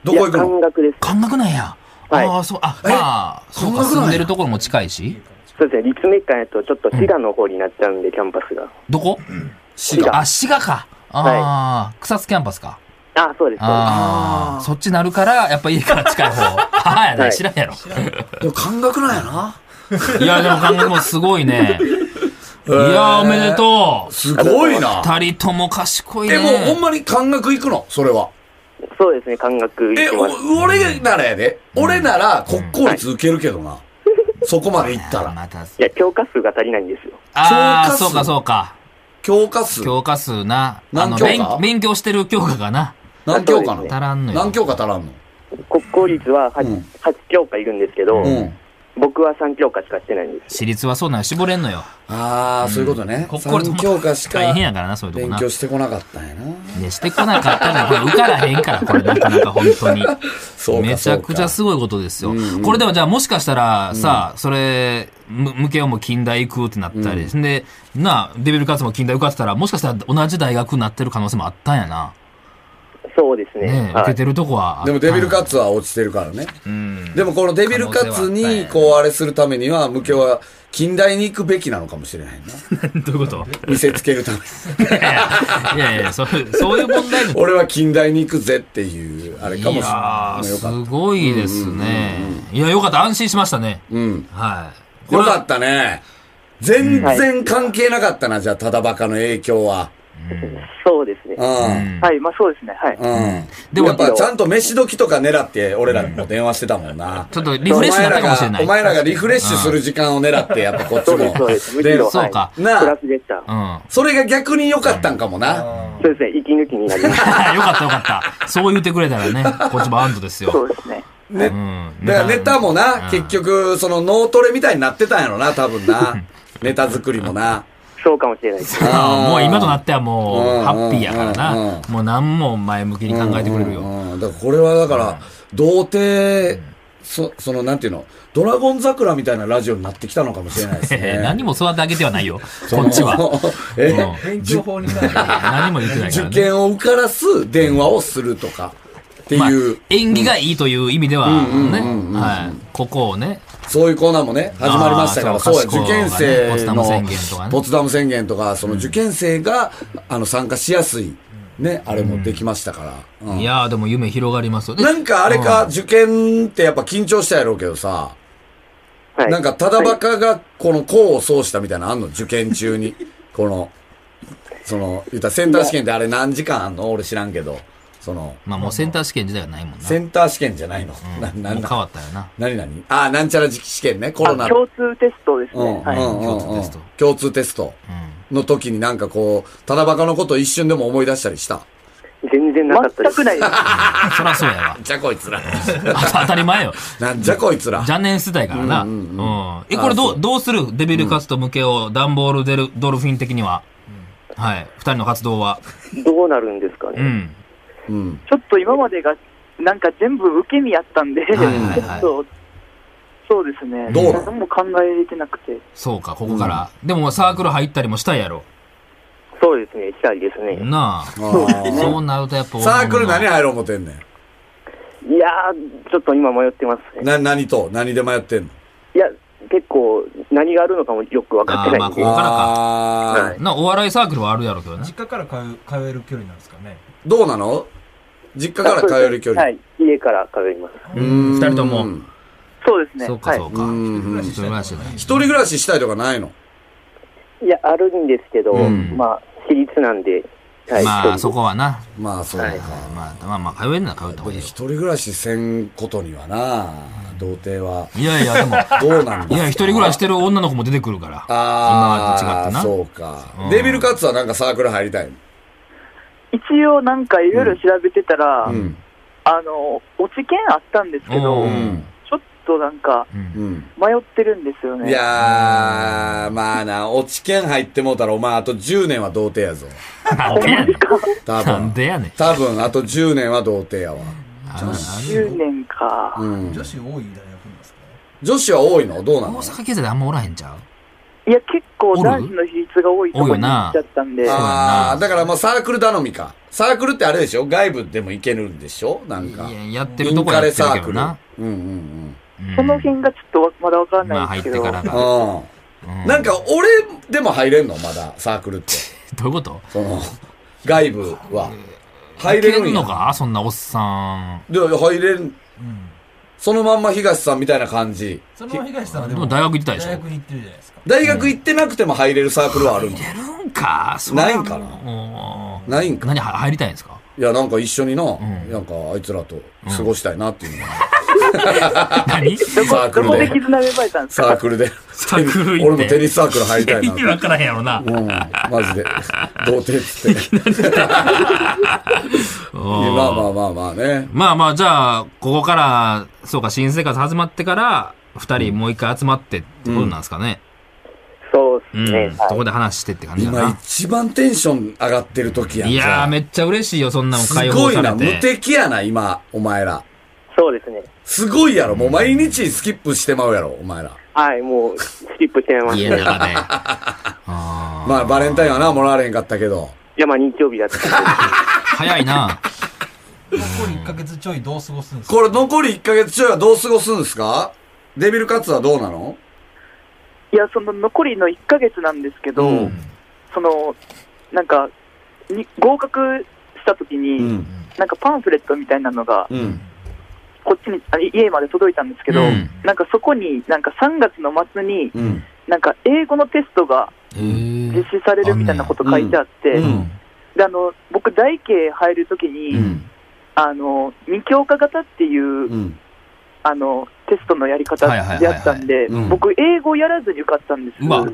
Speaker 3: どこ行く
Speaker 4: いや
Speaker 3: の
Speaker 4: 感覚です。
Speaker 2: 感覚なんや。
Speaker 4: はい
Speaker 2: ああ、そう、あ、
Speaker 3: え
Speaker 2: まあ、そうか、
Speaker 3: 感覚なんや
Speaker 2: 住んでるところも近いし。
Speaker 4: そうですね。立命館やとちょっと滋賀の方になっちゃうんで、キャンパスが。
Speaker 2: どこ
Speaker 3: 滋賀。
Speaker 2: あ、滋賀か。ああ、草津キャンパスか。
Speaker 4: あ、そうです。そうです
Speaker 2: あ
Speaker 3: あー
Speaker 2: あ、そっちなるから、やっぱ家から近い方。
Speaker 3: *laughs*
Speaker 2: 母や
Speaker 4: は
Speaker 2: ね、
Speaker 4: い
Speaker 2: 知らんやろ。
Speaker 3: でも感覚なんやな。
Speaker 2: いや、でも感覚もすご
Speaker 3: *laughs*
Speaker 2: いね。い
Speaker 3: ー
Speaker 2: や、おめでとう。
Speaker 3: すごいな。
Speaker 2: 二人とも賢いね。
Speaker 3: え、もうほんまに感覚行くのそれは。
Speaker 4: そうですね。感覚行
Speaker 3: え、
Speaker 4: きます。
Speaker 3: お俺ならやで。俺なら国公立受けるけどな。そこまで行ったら。
Speaker 2: また、
Speaker 4: いや、教科数が足りないんですよ。
Speaker 2: ああ、
Speaker 3: 教科数
Speaker 2: そうかそうか。
Speaker 3: 教科数。
Speaker 2: 教科数な。あ
Speaker 3: 何
Speaker 2: の、
Speaker 3: 教科
Speaker 2: 勉勉強してる教科がな。
Speaker 3: 何教科な
Speaker 4: そう
Speaker 3: の
Speaker 4: で
Speaker 2: 足らんのよ。
Speaker 3: 何教科足らんの
Speaker 4: 国公立は 8,、
Speaker 3: うん
Speaker 4: 八教科いるんですけど、
Speaker 3: うん。
Speaker 4: 僕は3教科しかしてないんです。
Speaker 2: 私立はそうなの絞れんのよ。
Speaker 3: ああ、そういうことね。
Speaker 2: こっから
Speaker 3: 三教科しか
Speaker 2: 大変やからな、そういうとこ
Speaker 3: 勉
Speaker 2: な。
Speaker 3: 強してこなかったんやな。
Speaker 2: ね、してこなかったら、これ受からへんから、これなかなか本当に。
Speaker 3: そうか
Speaker 2: めちゃくち
Speaker 3: そう
Speaker 2: ゃ
Speaker 3: か
Speaker 2: すごいことですよ。
Speaker 3: うんうん
Speaker 2: これでもじゃあもしかしたらさ、それ、む、向けようも近代行くってなったり、で、なあ、デビルカツも近代受かってたら、もしかしたら同じ大学になってる可能性もあったんやな。
Speaker 4: そうですね。
Speaker 2: ねえ、受
Speaker 4: は
Speaker 2: け
Speaker 4: い。
Speaker 2: てるとこはあった
Speaker 3: で
Speaker 2: んや
Speaker 3: もデビルカツは落ちてるからね。
Speaker 2: うん。
Speaker 3: でもこのデビルカツに、
Speaker 2: う。
Speaker 3: こうあれするためには、無教は近代に行くべきなのかもしれないな。
Speaker 2: どういうこと
Speaker 3: 見せつけるため
Speaker 2: *laughs*
Speaker 3: に。
Speaker 2: いやいやいや、そうそういう問題じゃ
Speaker 3: 俺は近代に行くぜっていう、あれかもしれ
Speaker 2: や
Speaker 3: な
Speaker 2: ー
Speaker 3: い。よ
Speaker 2: す
Speaker 3: かっ
Speaker 2: ごいですね。いや、よかった。安心しましたね。
Speaker 3: た。うん。
Speaker 2: はい。
Speaker 3: よか
Speaker 2: は
Speaker 3: ったね。全然関係なかったな、じゃあ、ただバカの影響は。
Speaker 4: そうですね。
Speaker 3: うん。
Speaker 5: はい、まあそうですね。はい。
Speaker 3: うん。
Speaker 2: でも
Speaker 3: やっぱちゃんと飯時とか狙って、俺らにも電話してたもんな。
Speaker 2: ちょっとリフレッシュになったかもしれない。
Speaker 3: お前らがお前らがリフレッシュする時間を狙って、やっぱこっち
Speaker 4: そうです、
Speaker 3: も
Speaker 4: そう。です。むし
Speaker 3: で
Speaker 4: ろ、
Speaker 2: そ
Speaker 4: は
Speaker 2: う
Speaker 4: い。
Speaker 2: か
Speaker 4: プ
Speaker 3: なあ
Speaker 4: ラスでした。
Speaker 2: うん。
Speaker 3: それが逆に良かったんかもな。
Speaker 4: そうですね。息抜きになりました。
Speaker 2: よかったよかった。そう言ってくれたらね、こっちも安堵です
Speaker 5: そ
Speaker 2: よ。
Speaker 5: うですね。
Speaker 3: ね
Speaker 2: うん。
Speaker 3: だからネタも
Speaker 2: うん
Speaker 3: な、結局、その脳トレみたいになってたんやろな、多分な。ネタ作りもな。
Speaker 4: そうかもしれないです。
Speaker 2: ああもう今となってはもう
Speaker 3: うん
Speaker 2: ハッピーやから
Speaker 3: うん
Speaker 2: な。もう何も前向きに考えてくれる
Speaker 3: う
Speaker 2: よ。
Speaker 3: んうんうんだからこれはだから、童貞、そその、なんていうの、ドラゴン桜みたいなラジオになってきたのかもしれない
Speaker 2: *laughs*
Speaker 3: ですね。
Speaker 2: 何も育てあげてはないよ。
Speaker 3: そ
Speaker 2: こ
Speaker 3: の
Speaker 2: っちは。うん。。
Speaker 3: *laughs* え
Speaker 6: 勉強法になる。
Speaker 2: 何も言ってない
Speaker 3: 受
Speaker 2: からね。
Speaker 3: 験を受からす電話をするとか、って
Speaker 2: まあ
Speaker 3: いう、、
Speaker 2: 演技がいいという意味では、
Speaker 3: うん
Speaker 2: ね
Speaker 3: うんうんうんうん。
Speaker 2: はい。ここをね。
Speaker 3: そういうコーナーもね、始まりましたから、
Speaker 2: あー
Speaker 3: そう
Speaker 2: そう
Speaker 3: や、受験生
Speaker 2: ポツ
Speaker 3: の
Speaker 2: ダム宣言とかね
Speaker 3: ポツダム宣言とか、その受験生が、あの、参加しやすい、ね、あれもできましたから。うん
Speaker 2: いやーでも夢広がりますよね。
Speaker 3: なんかあれか、受験ってやっぱ緊張したやろうけどさ、
Speaker 4: はい。
Speaker 3: なんかただバカがこの功を奏したみたいなのあんの受験中に。この、その、言ったらセンター試験ってあれ何時間あんの俺知らんけど。その、
Speaker 2: まあもうセンター試験時代はないもんな。
Speaker 3: センター試験じゃないの。な、な、
Speaker 2: もう変
Speaker 3: な、
Speaker 2: わったよな。
Speaker 3: 何何あ、なんちゃら時期試験ね、コロナ
Speaker 5: あ、
Speaker 3: の。
Speaker 5: 共通テストです
Speaker 3: うん、う
Speaker 5: ね。
Speaker 3: ん、う
Speaker 5: はい。
Speaker 3: ん
Speaker 2: 共
Speaker 3: うん
Speaker 2: 通テスト
Speaker 3: 共通テストの時になんかこう、ただバカのことを一瞬でも思い出したりした。
Speaker 4: 全然なかったで
Speaker 5: 全
Speaker 4: す
Speaker 5: く。ないです。
Speaker 2: そらそうやわ。
Speaker 3: じゃこいつら。
Speaker 2: 当たり前よ。
Speaker 3: *laughs* なんじゃこいつら。
Speaker 2: 邪念世代からな。
Speaker 3: う
Speaker 2: うんん
Speaker 3: うん
Speaker 2: え、これ
Speaker 3: あ
Speaker 2: ど
Speaker 3: そう
Speaker 2: う、どうするデビルカツと向けを、ダンボールデル、ドルフィン的には。はい。二人の活動は。
Speaker 4: どうなるんですかね。
Speaker 2: うん。
Speaker 3: うん。
Speaker 5: ちょっと今までが、なんか全部受け身やったんで、
Speaker 2: いはいはい
Speaker 5: ちょっと、そうですね。
Speaker 3: どうなの
Speaker 5: 何も考えれてなくて。
Speaker 2: そうか、ここから。でもサークル入ったりもしたいやろ。
Speaker 4: そうですね。したいですね。
Speaker 2: なあ。
Speaker 3: あー
Speaker 2: そうなるとやっぱ
Speaker 3: サークル何
Speaker 2: や
Speaker 3: 入ろう思てんね
Speaker 4: いやー、ちょっと今迷ってます
Speaker 3: ん。
Speaker 4: ね。
Speaker 3: な、何と何で迷ってんの
Speaker 4: いや、結構、何があるのかもよく分かってないんで
Speaker 2: こ。こから
Speaker 3: あー
Speaker 4: はい
Speaker 2: な、お笑いサークルはあるやろうけどね
Speaker 6: 実。家から通う *laughs* 通える距離なんですかね。
Speaker 3: どうなの実家から通える距離。
Speaker 4: はい。家から通います。
Speaker 3: うーん
Speaker 2: 二人とも
Speaker 3: うん
Speaker 5: そうですね。
Speaker 2: そうか、
Speaker 5: はい
Speaker 2: そう
Speaker 3: う
Speaker 2: か。
Speaker 3: んうん
Speaker 2: 一人暮らしじゃない。
Speaker 3: 一人暮らししたいとかないの
Speaker 4: いや、あるんですけど、
Speaker 2: うん
Speaker 4: まあ、私立なんで、はい。
Speaker 2: まあ、
Speaker 4: ちょ
Speaker 2: そ
Speaker 4: っと
Speaker 2: こはな。
Speaker 3: まあそうか。
Speaker 4: はい
Speaker 2: まあ、まあまあ、通えるなら通った
Speaker 3: で
Speaker 2: 方
Speaker 3: も
Speaker 2: がいいよ
Speaker 3: 一。人暮らしせんことにはな、童貞は。
Speaker 2: いやいや、でも、 *laughs*
Speaker 3: どうなんですか
Speaker 2: いや、一人暮らししてる女の子も出てくるから。
Speaker 3: あ
Speaker 2: 今までと違って
Speaker 3: あ、
Speaker 2: な
Speaker 3: そうか、
Speaker 2: うん
Speaker 3: デビルカッツはなんかサークル入りたい。
Speaker 5: 一応なんかいろいろ調べてたら、
Speaker 3: うん。
Speaker 5: あの、落ち券あったんですけど、
Speaker 2: うん
Speaker 5: ちょっとなんか、
Speaker 2: うん
Speaker 3: うん。
Speaker 5: 迷ってるんですよね。
Speaker 3: いやー、まあな、落ち券入ってもうたら、お前あと10年は童貞やぞ。
Speaker 2: なんでやねん。
Speaker 3: 多
Speaker 2: なん
Speaker 3: 分。
Speaker 2: でやねん。
Speaker 3: 多分、あと10年は童貞やわ。
Speaker 2: あの
Speaker 5: 10年か。
Speaker 3: うん
Speaker 6: 女。子多い大学なんですか
Speaker 3: 女子は多いのどうな
Speaker 2: 大
Speaker 3: の
Speaker 2: 阪経済であんまおらへんちゃう
Speaker 5: いや、結構
Speaker 2: おる
Speaker 5: 男子の比率が多いとこ
Speaker 2: 多いよ
Speaker 5: に
Speaker 2: な
Speaker 5: 行っちゃったんで、
Speaker 2: やな
Speaker 3: ああー、だからもうサークル頼みか。サークルってあれでしょ外部でも行けるんでしょなんか。
Speaker 2: いややってるとこやってるけどな。
Speaker 3: インカレサークル。うんうん
Speaker 2: うん
Speaker 5: その辺がちょっとわまだわから
Speaker 2: まあ
Speaker 5: な
Speaker 2: 入
Speaker 5: いで
Speaker 2: っ
Speaker 5: すけ
Speaker 2: て
Speaker 5: ど、
Speaker 2: からが。
Speaker 3: うん。うん。
Speaker 2: う
Speaker 3: なんか、俺でも入れんのまだ、サークルって。
Speaker 2: どういうこと
Speaker 3: その、外部は。入れ
Speaker 2: 入れ
Speaker 3: るん
Speaker 2: る
Speaker 3: や
Speaker 2: のかそんなおっさん。
Speaker 3: で、入れん、
Speaker 6: うん。
Speaker 3: そのまんま東さんみたいな感じ。
Speaker 6: その東さんは
Speaker 2: でも大学行ってたでしょ
Speaker 6: 大学に行ってるじゃないですか。
Speaker 3: 大学行ってなくても入れるサークルはあるの。い
Speaker 2: やるんかそれは
Speaker 3: ないんかな
Speaker 2: もう
Speaker 3: ないんか
Speaker 2: 何は入りたいんですか
Speaker 3: や、なんか一緒にな、
Speaker 2: ん
Speaker 3: なんかあいつらと過ごしたいなっていうのが、
Speaker 2: 何
Speaker 3: サーク
Speaker 5: どこで
Speaker 3: ルで、
Speaker 5: 絆芽生えたんです
Speaker 3: サ
Speaker 5: か
Speaker 3: ークルで。
Speaker 2: サークル行
Speaker 3: 俺
Speaker 2: っ
Speaker 3: も
Speaker 2: て。
Speaker 3: テニスサークル入りたい
Speaker 2: 意
Speaker 3: なって
Speaker 2: 味。わからへんやろな。
Speaker 3: うん、マジで。童貞っつって。まあまあまあまあね。
Speaker 2: まあまあ、じゃあ、ここから、そうか、新生活始まってから、二人もう一回集まってってことなんですかね。
Speaker 4: そ
Speaker 2: う
Speaker 4: うで
Speaker 2: ん。
Speaker 4: すね。
Speaker 2: そこで話してって感じだ
Speaker 3: 今
Speaker 2: な。
Speaker 3: 一番テンション上がってる時やん。
Speaker 2: いやー、
Speaker 3: め
Speaker 2: めっちゃ嬉しいよ、そんなの
Speaker 3: す
Speaker 2: 解
Speaker 3: ご
Speaker 2: 放
Speaker 3: い
Speaker 2: さ
Speaker 3: な。
Speaker 2: れ
Speaker 3: 無
Speaker 2: て。
Speaker 3: 敵やな、今、お前ら。
Speaker 4: そうですね。
Speaker 3: すごいやろ。もう毎日スキップしてまうやろ、お前ら。
Speaker 4: はい、もう、スキップしちゃいます。い
Speaker 2: 家の中
Speaker 5: *laughs*
Speaker 2: で。あー
Speaker 3: まあ、バレンタインはな、もらわれへんかったけど。
Speaker 4: や、まあ、日曜日だったんで。
Speaker 2: 早いな。
Speaker 6: 残り1ヶ月ちょいどう過ごすんですか
Speaker 3: これ残り1ヶ月ちょいはどう過ごすんですかデビルカツはどうなの
Speaker 5: いや、その残りの1ヶ月なんですけど、
Speaker 3: うん
Speaker 5: その、なんか、に合格した時に、
Speaker 3: うん。
Speaker 5: なんかパンフレットみたいなのが、
Speaker 3: うん。
Speaker 5: こっちに、あ家まで届いたんですけど、
Speaker 2: うん
Speaker 5: なんかそこに、なんか3月の末に、
Speaker 3: うん。
Speaker 5: なんか英語のテストが
Speaker 2: へー
Speaker 5: 実施されるみたいなこと書いてあって、
Speaker 3: うん
Speaker 2: うん
Speaker 5: であの僕、大慶入るときに、
Speaker 3: うん。
Speaker 5: あの二教科型っていう、
Speaker 3: うん。
Speaker 5: あのテストのやり方
Speaker 2: はいはいはいはい
Speaker 5: であったんで
Speaker 3: うん、
Speaker 5: 僕、英語やらずに受かったんです
Speaker 2: うわ。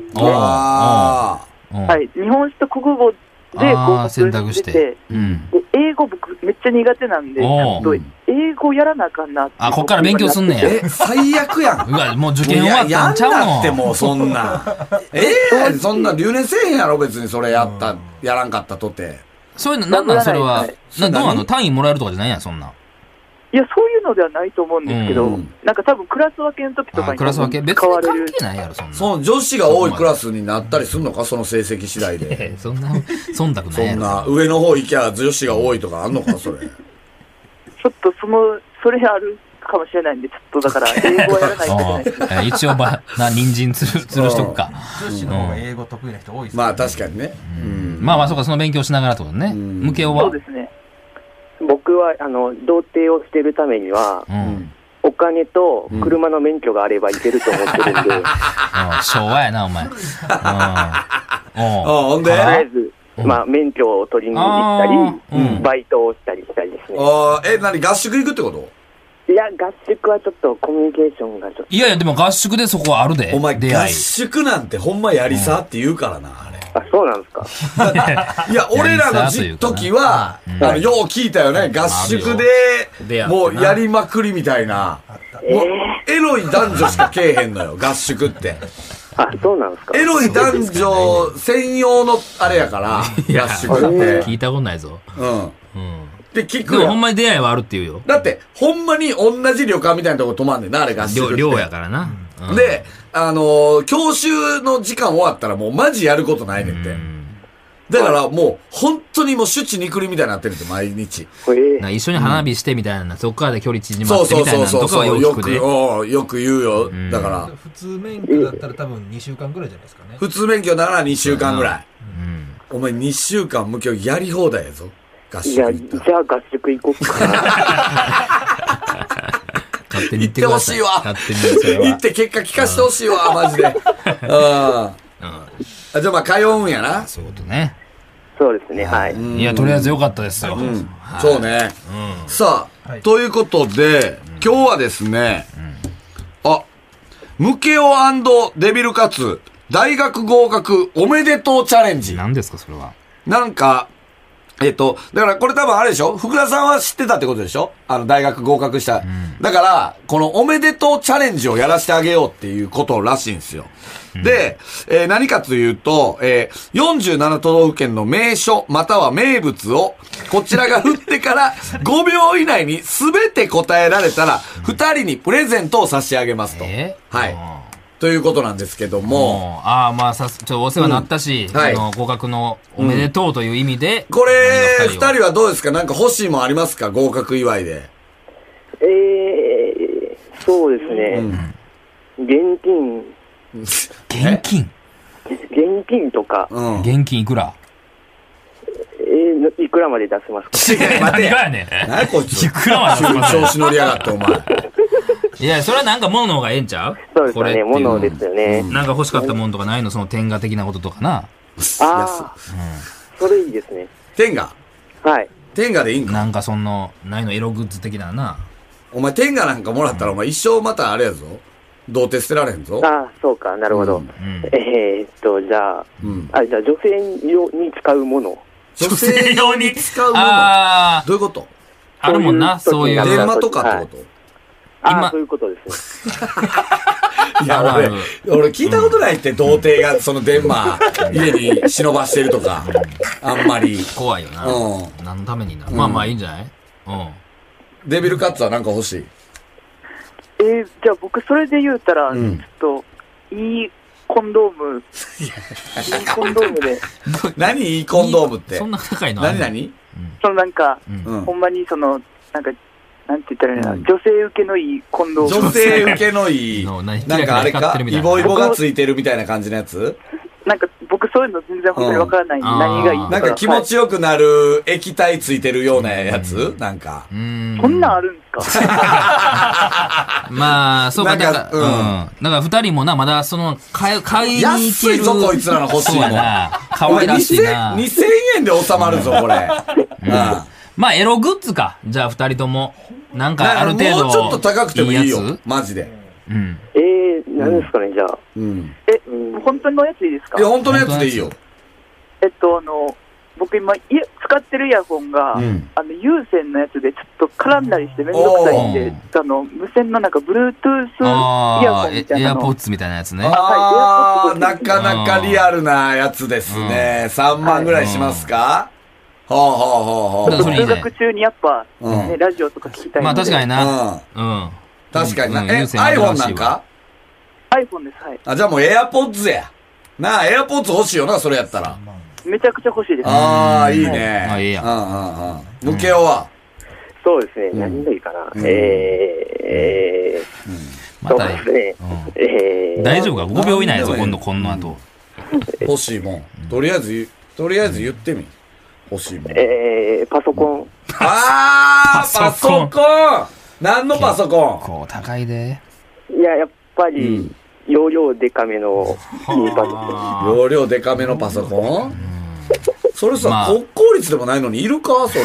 Speaker 2: あ
Speaker 3: あ
Speaker 2: ーうん
Speaker 5: はい、日本史と国語で合
Speaker 2: あー
Speaker 5: 格
Speaker 2: 選択し
Speaker 5: してて。
Speaker 2: うん。
Speaker 5: で英語僕めっちゃ苦手なんで、ち
Speaker 2: おー
Speaker 5: ょっと英語やらなあかんなって。
Speaker 2: あ、こっから勉強すんねや。
Speaker 3: え、最悪やん
Speaker 2: う。わ、もう受験終わったんち
Speaker 3: いややんな
Speaker 2: ゃ
Speaker 3: っ
Speaker 2: う
Speaker 3: て
Speaker 2: の
Speaker 3: もうそん
Speaker 2: *laughs*
Speaker 3: な。ええそんな留年せえへんやろ別にそれやった、やらんかったとて。
Speaker 2: そういうの、なんなんそれ
Speaker 5: は。
Speaker 2: はいな、どうな
Speaker 3: 何
Speaker 2: の単位もらえるとかじゃないやん、そんなん。
Speaker 5: いや、そういうのではないと思うんですけど、
Speaker 3: うん
Speaker 5: なんか多 *laughs* 分クラス分けの時とか
Speaker 2: あ
Speaker 5: に
Speaker 2: クラス分け別
Speaker 5: 使わ
Speaker 2: に
Speaker 5: れ
Speaker 2: 関
Speaker 5: る。
Speaker 2: 係ないやろ、そんなん。
Speaker 3: その女子が多いクラスになったりするのかその成績次第で。
Speaker 2: *laughs* ええそんな、忖度な
Speaker 3: そ
Speaker 2: いや
Speaker 3: ん
Speaker 2: ろ。
Speaker 3: な、上の方行きゃ女子が多いとかあん
Speaker 2: *laughs*
Speaker 3: のかそれ。
Speaker 5: ちょっとその、それあるかもしれないんで、ちょっとだから *laughs* 英語はやらないといけない。
Speaker 2: うんえ一応ば、な、人参つる、つるしとくか。
Speaker 6: 女子の方が英語得意な人多いです
Speaker 3: まあ
Speaker 6: か
Speaker 3: 確かにね。うん。
Speaker 2: まあまあ、そうか、その勉強しながらってことね。
Speaker 3: ん
Speaker 2: 向けお
Speaker 5: そ
Speaker 2: は
Speaker 5: う。ですね。
Speaker 4: 僕は、あの、童貞をしてるためには、
Speaker 2: うん。うん
Speaker 4: お金と車の免許があればいけると思
Speaker 5: *laughs*
Speaker 4: ってるんで、
Speaker 2: 昭和やな、お
Speaker 3: *laughs*
Speaker 2: 前。うん。
Speaker 3: あ
Speaker 2: うん
Speaker 3: ほんで、
Speaker 4: とりあ
Speaker 3: あ
Speaker 4: えず、まあ、免許を取りに行った
Speaker 2: あーう
Speaker 4: り、
Speaker 2: ん
Speaker 4: バイトをしたりしたりですね。
Speaker 3: ーえ、何合宿行くってこと
Speaker 4: いや、合宿はちょっとコミュニケーションがちょっ
Speaker 2: いやいや、でも合宿でそこはあるで。
Speaker 3: お前、
Speaker 2: 出
Speaker 3: 合
Speaker 2: 会い。
Speaker 3: 宿なんてほんまやりさって言うからな、あれ。
Speaker 4: と、あ、そうなん
Speaker 5: *laughs*
Speaker 4: ですか。
Speaker 3: いや、俺らの
Speaker 2: やりさとい
Speaker 3: じ
Speaker 2: うかな
Speaker 3: 時は、あの、よう聞いたよね。合宿
Speaker 2: 出
Speaker 3: で、
Speaker 2: 会ったな
Speaker 3: もうやりまくりみたいな。もう、エロい男女しかけえへんのよ、合宿って。
Speaker 4: あ、そうなんですか。
Speaker 3: エロい男女専用のあれやから、合宿って。
Speaker 2: 聞いたことないぞ。
Speaker 3: うん。っ
Speaker 2: うん。
Speaker 3: て聞く
Speaker 2: でもほん
Speaker 3: よ。
Speaker 2: まに出会いはあるっていうよ。
Speaker 3: だって、ほんまに同じ旅館みたいなとこ泊まんねんな、あれ合宿っ
Speaker 2: 量、
Speaker 3: て。
Speaker 2: 量やからな。うん、
Speaker 3: で、あのー教習の時間終わったらもうマジやることないねんって。だからもう、本当にもう主治肉林みたいになってるって、毎日。
Speaker 4: えー
Speaker 2: なんか一緒に花火してみたいな、そこからで距離縮ま
Speaker 3: そう
Speaker 2: って
Speaker 3: そ
Speaker 2: み
Speaker 3: う
Speaker 2: たい
Speaker 3: そ
Speaker 2: な
Speaker 3: う
Speaker 2: の
Speaker 3: そ
Speaker 2: と
Speaker 3: う
Speaker 2: かはよ
Speaker 3: そう。よ
Speaker 2: く聞
Speaker 3: く
Speaker 2: くで。、
Speaker 3: おうよく言うよ。だから、
Speaker 6: 普通免許だったら多分2週間ぐらいじゃないですかね。
Speaker 3: 普通免許なら2週間ぐらい。
Speaker 2: う
Speaker 3: お
Speaker 2: ん。
Speaker 3: 前2週間無教やり放題やぞ。合
Speaker 4: い
Speaker 3: 宿
Speaker 4: や、
Speaker 3: 行った
Speaker 4: じ
Speaker 3: ら。
Speaker 4: ゃあ合宿行こうか
Speaker 2: *laughs*
Speaker 4: な。
Speaker 2: 勝手に言ってくださ
Speaker 3: 行ってほし
Speaker 2: い。
Speaker 3: いわ
Speaker 2: 勝手にそれ
Speaker 3: 行
Speaker 2: は
Speaker 3: っ。て結果聞かしてほしいわ、マジで。うん。あじゃあまあ通うんやな。
Speaker 2: そういうことね。
Speaker 4: そうですね、はい。
Speaker 2: いや、とりあえず良かったですよ。
Speaker 3: そうね。さあ、
Speaker 6: はい
Speaker 3: ということで、今日はですね、あ、ムケオデビルカツ、大学合格おめでとうチャレンジ。
Speaker 2: 何ですか、それは。
Speaker 3: なんか、えっと、だからこれ多分あれでしょ福田さんは知ってたってことでしょあの、大学合格した。だから、このおめでとうチャレンジをやらせてあげようっていうことらしいんですよ。で、えー何かというと、えー47都道府県の名所または名物を、こちらが振って
Speaker 2: *laughs*
Speaker 3: から5秒以内に全て答えられたら、2人にプレゼントを差し上げますと。
Speaker 2: え
Speaker 3: はい
Speaker 2: うん。
Speaker 3: ということなんですけども、
Speaker 2: もう、ああ、まあ、さす、ちょっとお世話になったし、
Speaker 3: うんはい
Speaker 2: あの、合格のおめでとうという意味で、
Speaker 3: これ、2
Speaker 2: は
Speaker 3: 人はどうですかなんか欲しいもんありますか合格祝いで。
Speaker 4: えー、そうですね。現金、
Speaker 2: 現金
Speaker 4: 現金とか、
Speaker 3: うん。
Speaker 2: 現金いくら
Speaker 4: えー、いくらまで出せますか
Speaker 3: 違う、待
Speaker 2: 何
Speaker 3: て
Speaker 2: がやねん。
Speaker 3: 何やこいつ。
Speaker 2: いくらまで出せます
Speaker 3: 急に調子乗りやがって、お前。
Speaker 2: いや、それはなんか物の方がええんちゃう
Speaker 4: そうです
Speaker 2: これってい
Speaker 4: よね、
Speaker 2: う
Speaker 4: ものですよね。
Speaker 2: なんか欲しかったものとかないのその天下的なこととかな。
Speaker 4: ああ、それいいですね。
Speaker 3: 天下。
Speaker 4: はい。
Speaker 3: 天下でいいんか
Speaker 2: なんかその、ないのエログッズ的なな。
Speaker 3: お前天下なんかもらったら、お前一生またあれやぞ。童貞捨てられへんぞ。
Speaker 4: ああ、そうか、なるほど。
Speaker 2: うん。
Speaker 4: えー、っと、じゃあ、
Speaker 3: うん。
Speaker 4: あ、じゃあ女性用に使うもの。
Speaker 3: 女性用に使うもの。
Speaker 2: あ
Speaker 3: どういうこと
Speaker 2: あ、あるもんな、そ
Speaker 4: そうう
Speaker 2: い。
Speaker 4: いうう
Speaker 3: 電
Speaker 4: 時
Speaker 3: 話とかってこ
Speaker 4: あ
Speaker 2: 今
Speaker 4: あ、そういうことです
Speaker 3: といや、
Speaker 2: ある
Speaker 3: 俺
Speaker 2: ある、
Speaker 3: 俺聞いたことないって、童貞がその電話、家に忍ばしてるとか、あんまり。
Speaker 2: 怖いよな。
Speaker 3: う
Speaker 2: 何のためにな。まあまあいいんじゃないうん。
Speaker 3: デビルカッツはなんか欲しい。
Speaker 5: えーじゃあ僕それで言うたら、
Speaker 3: ん
Speaker 5: ちょっと、いいコンドー
Speaker 2: *laughs*
Speaker 5: ム、いいコンドームで、
Speaker 3: 何いいコンドームって
Speaker 2: そ。んな高いのあ
Speaker 3: 何
Speaker 2: る
Speaker 3: 何
Speaker 5: そのなんか、
Speaker 2: う
Speaker 3: うん
Speaker 5: ほ。んまにその、なんか、なんて言ったらいいのかな、
Speaker 3: うん
Speaker 5: 女性受けのいいコンドーム。
Speaker 3: 女性受けのいい、
Speaker 2: の
Speaker 3: な
Speaker 2: 何
Speaker 3: んかあれ
Speaker 2: キラキラ光っ
Speaker 3: か
Speaker 2: て、るみたい
Speaker 3: イ
Speaker 2: な
Speaker 3: ボイボがついてるみたいな感じのやつ
Speaker 5: なんか僕そういうの全然本当にわからないんで、
Speaker 2: うん
Speaker 5: 何がいい
Speaker 2: あー
Speaker 5: か。
Speaker 3: なんか気持ちよくなる液体ついてるようなやつなんか。
Speaker 2: うーん。
Speaker 5: こんなんあるんですか
Speaker 2: まあ、そうか、
Speaker 3: な
Speaker 2: だ
Speaker 3: ん
Speaker 2: か
Speaker 3: かう
Speaker 2: ら、うん。だから二人もな、まだその、買い、買いに行
Speaker 3: 安
Speaker 2: け
Speaker 3: い
Speaker 2: る。
Speaker 3: ぞ、こいつらの欲しい
Speaker 2: そう
Speaker 3: も
Speaker 2: や
Speaker 3: ん。
Speaker 2: な。可愛らしいな
Speaker 3: お前。2000 2000円で収まるぞ、これ。うん。
Speaker 2: まあ、エログッズか。じゃあ二人とも。なん
Speaker 3: だ
Speaker 2: か、あ
Speaker 3: から
Speaker 2: る程度。
Speaker 3: もうちょっと高くてもいい
Speaker 2: いや
Speaker 3: よ。マジで。
Speaker 2: つうん。
Speaker 4: ね。えー、何ですかね、じゃあ。
Speaker 3: うん。
Speaker 5: え、
Speaker 4: うん
Speaker 5: 本当のやついいですか
Speaker 3: いや、本当のやつでいいよ。
Speaker 5: えっと、あの、僕今、い使ってるイヤホンが、
Speaker 3: うん
Speaker 5: あの、有線のやつでちょっと絡んだりしてめんどくさいんで、あの、無線のなんか、Bluetooth イヤ
Speaker 2: あ
Speaker 5: ホ
Speaker 2: あ、
Speaker 5: ン
Speaker 2: エ
Speaker 5: みたい
Speaker 2: エ
Speaker 5: な
Speaker 2: ア
Speaker 5: の
Speaker 2: ポ
Speaker 5: を
Speaker 2: ッツみたいなやつね。
Speaker 3: あ
Speaker 5: は
Speaker 3: ー、
Speaker 5: い
Speaker 3: なかなかリアルなやつですね。3万ぐらいしますかほうほうほうほ
Speaker 2: だから
Speaker 3: う。
Speaker 2: それいい
Speaker 5: 通
Speaker 2: ね
Speaker 5: 学。中にやっぱ、
Speaker 3: うん
Speaker 5: ね、ラジオとか聞きたいので、
Speaker 2: まあ、確かにな。
Speaker 3: うん。
Speaker 2: うん。
Speaker 3: 確かにな。
Speaker 2: うん
Speaker 3: え、
Speaker 2: 有線あ
Speaker 3: iPhone
Speaker 2: るらしいわ
Speaker 3: なんか
Speaker 5: iPhone です、はい。
Speaker 3: あ、じゃあもう AirPods や。なあ、AirPods 欲しいよな、それやったら。
Speaker 5: めちゃくちゃ欲しいです。
Speaker 3: ああ、いいね。
Speaker 2: あいいや
Speaker 3: うんうんうん。向けは。
Speaker 4: そうですね、何がいいかな。えー、え
Speaker 2: ま
Speaker 4: ー、
Speaker 2: た、
Speaker 4: そうですね。えー、
Speaker 2: 大丈夫か ?5 秒以内やぞ、
Speaker 3: なんでもいい
Speaker 2: 今度、この後。
Speaker 3: 欲しいもん。とりあえず言う、とりあえず言ってみ。欲しいもん。
Speaker 4: えー、パソコン。
Speaker 3: ああパ
Speaker 2: パ
Speaker 3: ソ
Speaker 2: ソ
Speaker 3: コ
Speaker 2: コ
Speaker 3: ン
Speaker 2: ン
Speaker 3: 何のパソコン
Speaker 2: こう、高いで。
Speaker 4: いや、やっぱり、容量でかめのいいパソコン。
Speaker 3: 容量デカめのパソコンそれ
Speaker 2: ま
Speaker 3: さ
Speaker 2: あ、
Speaker 3: 国公立でもないのにいるかそれ。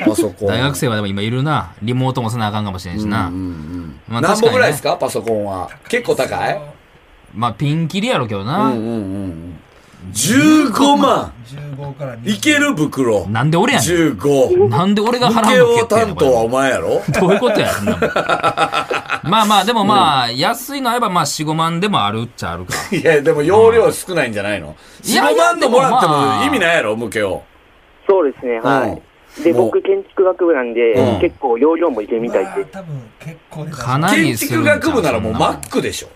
Speaker 2: *laughs*
Speaker 3: パソコン。
Speaker 2: 大学生はでも今いるな。リモートもせなあかんかもしれんしな。まあ
Speaker 3: 何
Speaker 2: 確か
Speaker 3: 本
Speaker 2: にね
Speaker 3: ぐらいですかパソコンは。結構高い
Speaker 2: まあ、ピンキリやろうけど
Speaker 3: うんう
Speaker 2: な。
Speaker 3: んうん。15万
Speaker 6: 15から20
Speaker 3: いける袋。
Speaker 2: なんで俺やねん。
Speaker 3: 15。
Speaker 2: *laughs* なんで俺が
Speaker 3: 向
Speaker 2: 払
Speaker 3: け
Speaker 2: うの
Speaker 3: を
Speaker 2: 決定や
Speaker 3: 担
Speaker 2: ねんこれ
Speaker 3: 当はお前やろ
Speaker 2: どういうことや、そん
Speaker 3: *laughs*
Speaker 2: なもんまあまあ、でもまあ、安いのあれば、まあ、4、5万でもあるっちゃあるか。
Speaker 3: いや、でも容量少ないんじゃないの
Speaker 2: い
Speaker 3: ?4、
Speaker 2: や
Speaker 3: 5万のもらって
Speaker 2: いやでもま
Speaker 3: も
Speaker 2: あ
Speaker 3: 意味ないやろ、向けを。
Speaker 4: そうですね、はい。で、
Speaker 3: もう
Speaker 4: 僕、建築学部なんで、
Speaker 3: うん
Speaker 4: 結構容量もいけるみたいで。
Speaker 6: 多分結構で
Speaker 2: かなり
Speaker 3: 建
Speaker 2: する
Speaker 3: 築
Speaker 2: んちゃう
Speaker 3: 学部ならもう
Speaker 2: そんなもん
Speaker 3: Mac でしょ。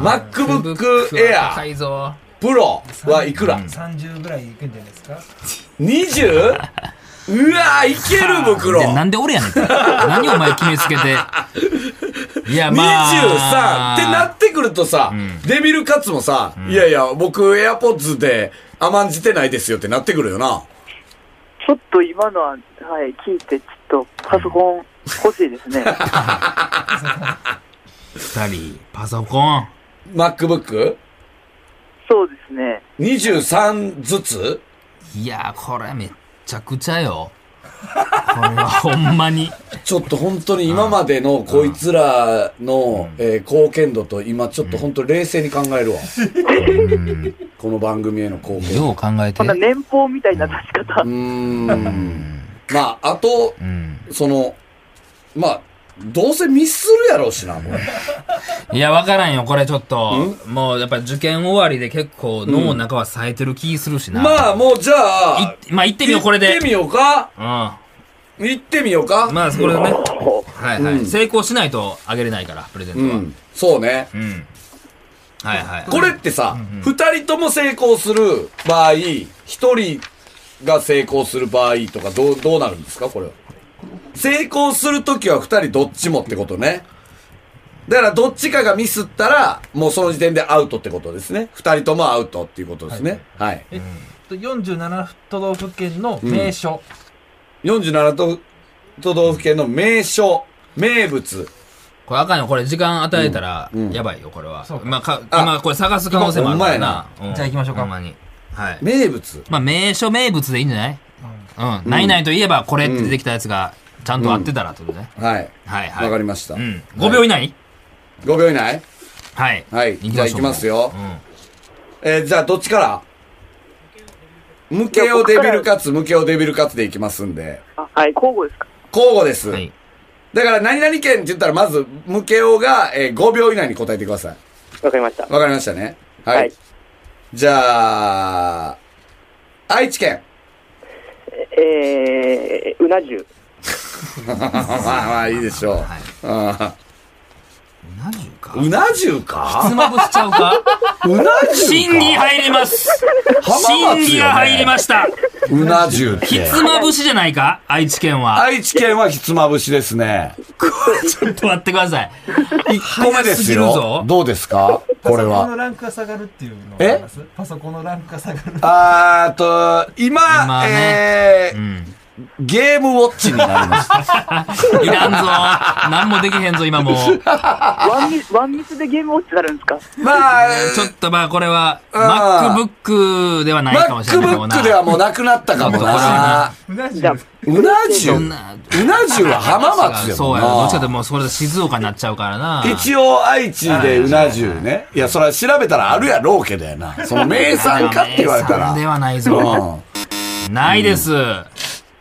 Speaker 3: MacBook Air
Speaker 2: 高いぞ。
Speaker 3: Pro はいくら
Speaker 6: 30ぐらいいくんじゃないですか
Speaker 3: ?20? うわぁ、いける、袋。
Speaker 2: でなんで俺やね
Speaker 3: *laughs*
Speaker 2: ん。何お前決めつけて。いや、まあ。
Speaker 3: 23ってなってくるとさ、
Speaker 2: ん
Speaker 3: デビルカツもさ、いやいや、僕 AirPods で甘んじてないですよってなってくるよな。
Speaker 5: ちょっと今のは、はい、聞いて、ちょっと、パソコン欲しいですね。
Speaker 2: 二人、パソコン。
Speaker 3: MacBook?
Speaker 5: そうですね。
Speaker 3: 23ずつ
Speaker 2: いや、これめっちゃくちゃよ。これはほんまに。
Speaker 3: ちょっと本当に今までのこいつらの、えー貢献度と今ちょっと本当冷静に考えるわ。この番組への貢献。
Speaker 2: *laughs* よう考えて
Speaker 5: こん。な年俸みたいな出し方
Speaker 3: う。ーん。まあ、あと、
Speaker 2: うん。
Speaker 3: その、まあ、どうせミスするやろうしな、これ。
Speaker 2: いや、わからんよ、これちょっと。もう、やっぱ受験終わりで結構脳の中は冴えてる気するしな。
Speaker 3: まあ、もうじゃ
Speaker 2: い
Speaker 3: あ、
Speaker 2: まあ、行ってみよう、これで。
Speaker 3: 行っ
Speaker 2: うん
Speaker 3: て。みようか。
Speaker 2: ま
Speaker 3: 行ってみようか。
Speaker 2: あ、これね。はいは
Speaker 3: うん
Speaker 2: い。成功しないとあげれないから、プレゼント
Speaker 3: う
Speaker 2: は。
Speaker 3: ん。そうね。
Speaker 2: うん。はいはい。
Speaker 3: これってさ、二、人とも成功する場合、一人が成功する場合とか、どう、どうなるんですかこれは。成功するときは二人どっちもってことね。だから、どっちかがミスったら、もうその時点でアウトってことですね。二人ともアウトっていうことですね。はい。
Speaker 7: えっと、47都道府県の名所。
Speaker 3: 47都都道府県の名所、名物。
Speaker 2: これあかんよ、これ時間与えたら
Speaker 3: うんうん、
Speaker 2: やばいよ、これは
Speaker 7: そう。か
Speaker 2: まあ、か、
Speaker 3: あ
Speaker 2: 今これ探す可能性もあるからな。うん
Speaker 7: じゃあ行きましょうか
Speaker 2: ほんまに。はい。
Speaker 3: 名物。
Speaker 2: まあ、名所名物でいいんじゃないうん。ないないといえば、これって出てきたやつが、ちゃんと合ってたらってことね。
Speaker 3: はい。
Speaker 2: はいはい。
Speaker 3: わかりました。
Speaker 2: うん。5秒以内
Speaker 3: 5秒以内
Speaker 2: はい。
Speaker 3: はい
Speaker 2: 行き
Speaker 3: じゃあ
Speaker 2: しょう
Speaker 3: 行きますよ
Speaker 2: うん。
Speaker 3: えーじゃあどっちからムケオデビルカツ、ムケオデビルカツでいきますんで。
Speaker 5: あはい、交互ですか。
Speaker 3: 交互です。
Speaker 2: はい。
Speaker 3: だから何々県って言ったらまず、ムケオが、えー5秒以内に答えてください。
Speaker 4: わかりました。
Speaker 3: わかりましたね。はい。
Speaker 4: はい
Speaker 3: じゃあ、愛知県。
Speaker 4: えー、うな重。
Speaker 3: まあまあいいでしょう。
Speaker 2: はい。
Speaker 3: あ
Speaker 2: うな重か。
Speaker 3: ーうな重か
Speaker 2: ひつまぶしちゃ
Speaker 3: *laughs*
Speaker 2: うか
Speaker 3: うな重か
Speaker 2: 心理入
Speaker 3: *laughs*
Speaker 2: ります
Speaker 3: よね
Speaker 2: 心理が入りました
Speaker 3: うな重っ
Speaker 2: ひ
Speaker 3: て。
Speaker 2: つまぶしじゃないか愛知県は。
Speaker 3: 愛知県はひつまぶしですね。
Speaker 2: ちょっと待ってくだ
Speaker 3: *laughs*
Speaker 2: さい。
Speaker 3: 1個目です
Speaker 2: 早すぎるぞ
Speaker 3: よ。どうです
Speaker 2: *laughs*
Speaker 3: かこれ
Speaker 6: パソコン
Speaker 3: は
Speaker 6: の。ランクが下がるっていうのはありますパソコンのランクが下がる。
Speaker 3: あーっと、今、
Speaker 2: 今ね
Speaker 3: えー
Speaker 2: うん。
Speaker 3: ゲームウォッチになりま
Speaker 2: *laughs*
Speaker 3: した。
Speaker 2: いらんぞ。何もできへんぞ、
Speaker 3: *laughs*
Speaker 2: 今もう。
Speaker 5: ワンミワンミスでゲームウォッチになるんですか
Speaker 3: まあ、
Speaker 2: ちょっとまあ、これは、
Speaker 3: あー
Speaker 2: MacBook ではないかもしれないもんな。
Speaker 3: MacBook ではもうなくなったかもな。
Speaker 6: *laughs* うなじ
Speaker 4: じゃあ、
Speaker 3: うな重
Speaker 2: そ
Speaker 3: うんな
Speaker 2: な
Speaker 3: 重は浜松や
Speaker 2: そ
Speaker 3: も
Speaker 2: うんやろ。どっちかとい
Speaker 3: な
Speaker 2: うと。もうそれで静岡になっちゃうからな。
Speaker 3: 一応愛知でうな重ね。いや、それは調べたらあるやろうけどやな。その名産かって言われたら。
Speaker 2: 名産ではないぞ。
Speaker 3: うん
Speaker 2: ないです。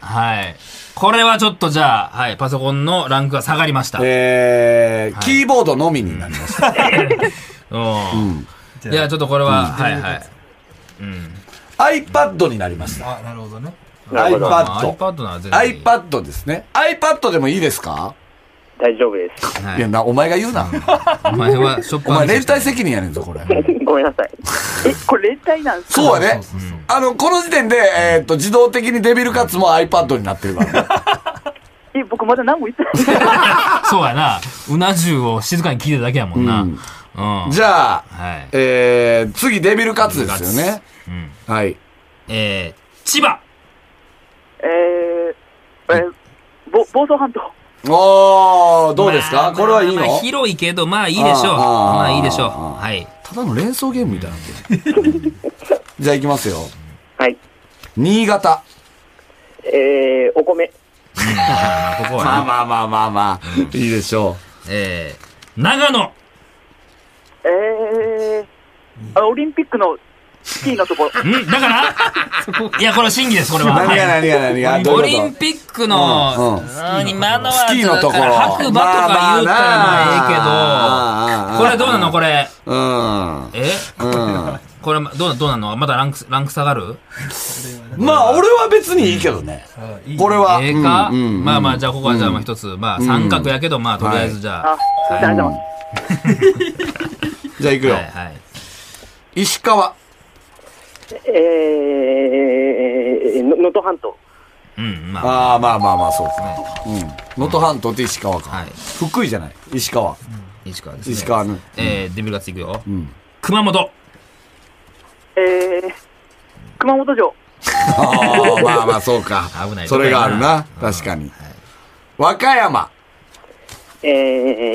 Speaker 2: はい。これはちょっとじゃあ、はい、パソコンのランクが下がりました。
Speaker 3: えー、キーボードのみになりました。
Speaker 2: うん。いや、ちょっとこれは、はいはい。
Speaker 3: iPad になりました。
Speaker 6: あ、なるほどね。
Speaker 4: なるほど。
Speaker 2: まあ
Speaker 3: iPad。
Speaker 2: iPad なら全然いい。
Speaker 3: iPad ですね。iPad でもいいですか
Speaker 4: 大丈夫で
Speaker 2: はいい
Speaker 3: や、な、お前が言うな。
Speaker 2: お前はショップ
Speaker 3: お前、連帯責任やねんぞ、これ。
Speaker 4: す。 *laughs* ごめんなさい。
Speaker 5: え、これ連帯なんですか
Speaker 3: そうやね。あの、この時点で、えーっと、自動的にデビルカツも iPad になってるからね。
Speaker 5: え、僕まだ何も言ってない。
Speaker 2: そうやな。うな重を静かに聞いてただけやもんな。うん。
Speaker 3: じゃあ、
Speaker 2: はい。
Speaker 3: えー、次デビルカツですよね。
Speaker 2: うん。
Speaker 3: はい。
Speaker 2: えー、千葉
Speaker 5: えー、えー、ぼ房総半島。
Speaker 3: おー、どうです
Speaker 2: ま
Speaker 3: か
Speaker 2: あまあ
Speaker 3: これはいいの
Speaker 2: まあ広いけど、まあいいでしょう。
Speaker 3: あーあー
Speaker 2: まあいいでしょう。
Speaker 3: あー
Speaker 2: はい。
Speaker 3: ただの連想ゲームみたいな。 *laughs* じゃあ行きますよ。
Speaker 4: はい。
Speaker 3: 新潟。
Speaker 4: えー、お米。
Speaker 2: まあここはな、
Speaker 3: まあまあまあまあまあ、いいでしょ
Speaker 2: えー、長野
Speaker 5: えー、あオリンピックのスキーのところ。
Speaker 2: ん
Speaker 3: *laughs*
Speaker 2: だからいや、これは真偽です、これ
Speaker 3: う。
Speaker 2: は。
Speaker 3: 何が
Speaker 2: はい
Speaker 3: 何が何がど
Speaker 2: オ
Speaker 3: うい
Speaker 2: リ
Speaker 3: う
Speaker 2: ン
Speaker 3: こ
Speaker 2: ピックの、
Speaker 3: うんうん
Speaker 2: うん今のは、
Speaker 3: スキーのところ
Speaker 2: 白馬とか言うたらまあええけど、これどうなのこれ。
Speaker 3: とうん。
Speaker 2: え
Speaker 3: うん。
Speaker 2: これどうな、どうなのまだランク、ランク下がる
Speaker 3: まあ、俺は別にいいけどね。
Speaker 6: いい
Speaker 3: これは。
Speaker 2: ええか、
Speaker 3: うんうん
Speaker 2: まあまあ、じゃあここはじゃあまあ一つ、まあ三角やけど、まあとりあえずじゃあ。
Speaker 5: あ、すいません、ありがとうございます。
Speaker 3: じゃあ行く
Speaker 2: はい、
Speaker 3: よ
Speaker 2: は。い、はい。
Speaker 3: 石川。
Speaker 4: えー、の能登半島。
Speaker 2: うん、まあ。
Speaker 3: ああ、まあまあまあ、そうですね。うん。能登半島って石川か。
Speaker 2: はい
Speaker 3: 福井じゃない。石川。
Speaker 2: 石川です、ね。
Speaker 3: 石川ね。
Speaker 2: えー、デビルガッツいくよ。
Speaker 3: ん
Speaker 2: 熊本。
Speaker 5: えー、熊本城。
Speaker 3: ああ、まあまあ、そうか。
Speaker 2: 危ない
Speaker 3: それがあるな。
Speaker 2: 危ない
Speaker 3: 確かに。和歌山。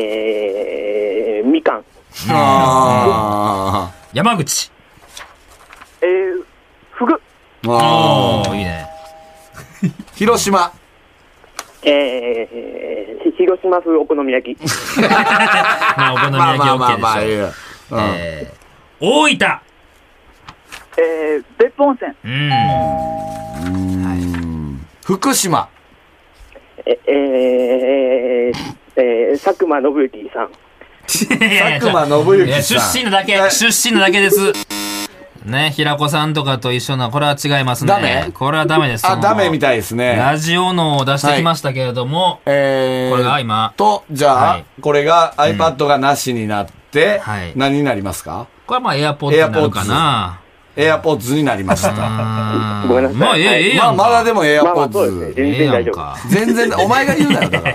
Speaker 4: えー、みかん。
Speaker 3: あー
Speaker 2: 山口。
Speaker 5: えー、フグ。
Speaker 3: あ
Speaker 2: お
Speaker 3: ー。
Speaker 2: ー、いいね。
Speaker 3: 広島。
Speaker 4: えー、広島風お好み焼き。
Speaker 2: まあ、お好み
Speaker 3: まあ
Speaker 2: 焼き
Speaker 3: *laughs* まあま
Speaker 2: OK
Speaker 3: あまあ、いい
Speaker 2: でしょう。
Speaker 3: ようん
Speaker 2: えー大分
Speaker 5: えー、別府温泉、
Speaker 2: うん。
Speaker 3: 福島。
Speaker 4: えー、えー、えー、佐久間信之さん。
Speaker 2: 佐 *laughs*
Speaker 3: 佐久間信之さん
Speaker 2: いや、出身のだけ、出身のだけです。ね、平子さんとかと一緒な、これは違いますね。
Speaker 3: ダメ
Speaker 2: これはダメです。
Speaker 3: あ、ダメみ
Speaker 2: い
Speaker 3: たいですね。
Speaker 2: ラジオのを出してきましたけれども、
Speaker 3: えー。
Speaker 2: これが今、
Speaker 3: と、じゃあ、
Speaker 2: はい
Speaker 3: これが iPad がなしになって、
Speaker 2: はい
Speaker 3: 何になりますか
Speaker 2: これはまあエアポッドになるかな。
Speaker 3: ?AirPods になりました。
Speaker 2: あー
Speaker 4: ごめんなさい
Speaker 2: まあ、ええ、ええ
Speaker 3: ま
Speaker 2: や
Speaker 3: あ、
Speaker 2: んか。
Speaker 3: まだでも
Speaker 4: まあまあそうですね。
Speaker 3: AirPods。
Speaker 2: え
Speaker 4: 全
Speaker 2: え
Speaker 4: 然
Speaker 2: や
Speaker 4: 大丈
Speaker 2: ん
Speaker 4: 夫。
Speaker 2: か。
Speaker 3: 全
Speaker 2: *laughs*
Speaker 3: 然、お前が言うなよ、だから。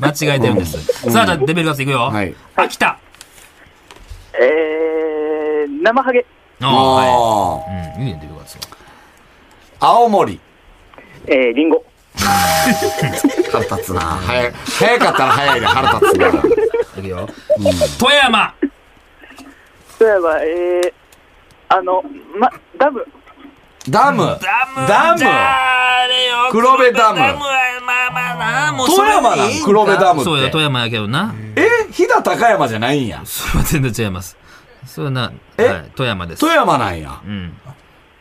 Speaker 2: 間違えてるんです。さあ、じゃあレベルがついくよ。
Speaker 3: はい
Speaker 2: 秋田。
Speaker 5: えー、生ハゲ、
Speaker 2: ああ、は
Speaker 3: あー
Speaker 2: い。うん、いいね、レベルがつくわ
Speaker 3: 青森。
Speaker 4: えー、リンゴ。
Speaker 3: 腹立つな。早い早かったら早いで腹立つな。
Speaker 2: いくよ。富山。
Speaker 5: 富山、えー、あの、ま、ダム、
Speaker 3: ダム。
Speaker 2: ダム
Speaker 3: ダム
Speaker 2: じゃあれよ
Speaker 3: 黒部ダム
Speaker 2: 黒部はまあまあなもう
Speaker 3: 富山なん
Speaker 2: それでいいか
Speaker 3: 黒部ダムって
Speaker 2: そうや富山やけどな
Speaker 3: え飛騨高山じゃないんや。
Speaker 2: それは全然違いますそれはな
Speaker 3: え
Speaker 2: はい富山です
Speaker 3: 富山なんや。
Speaker 2: うん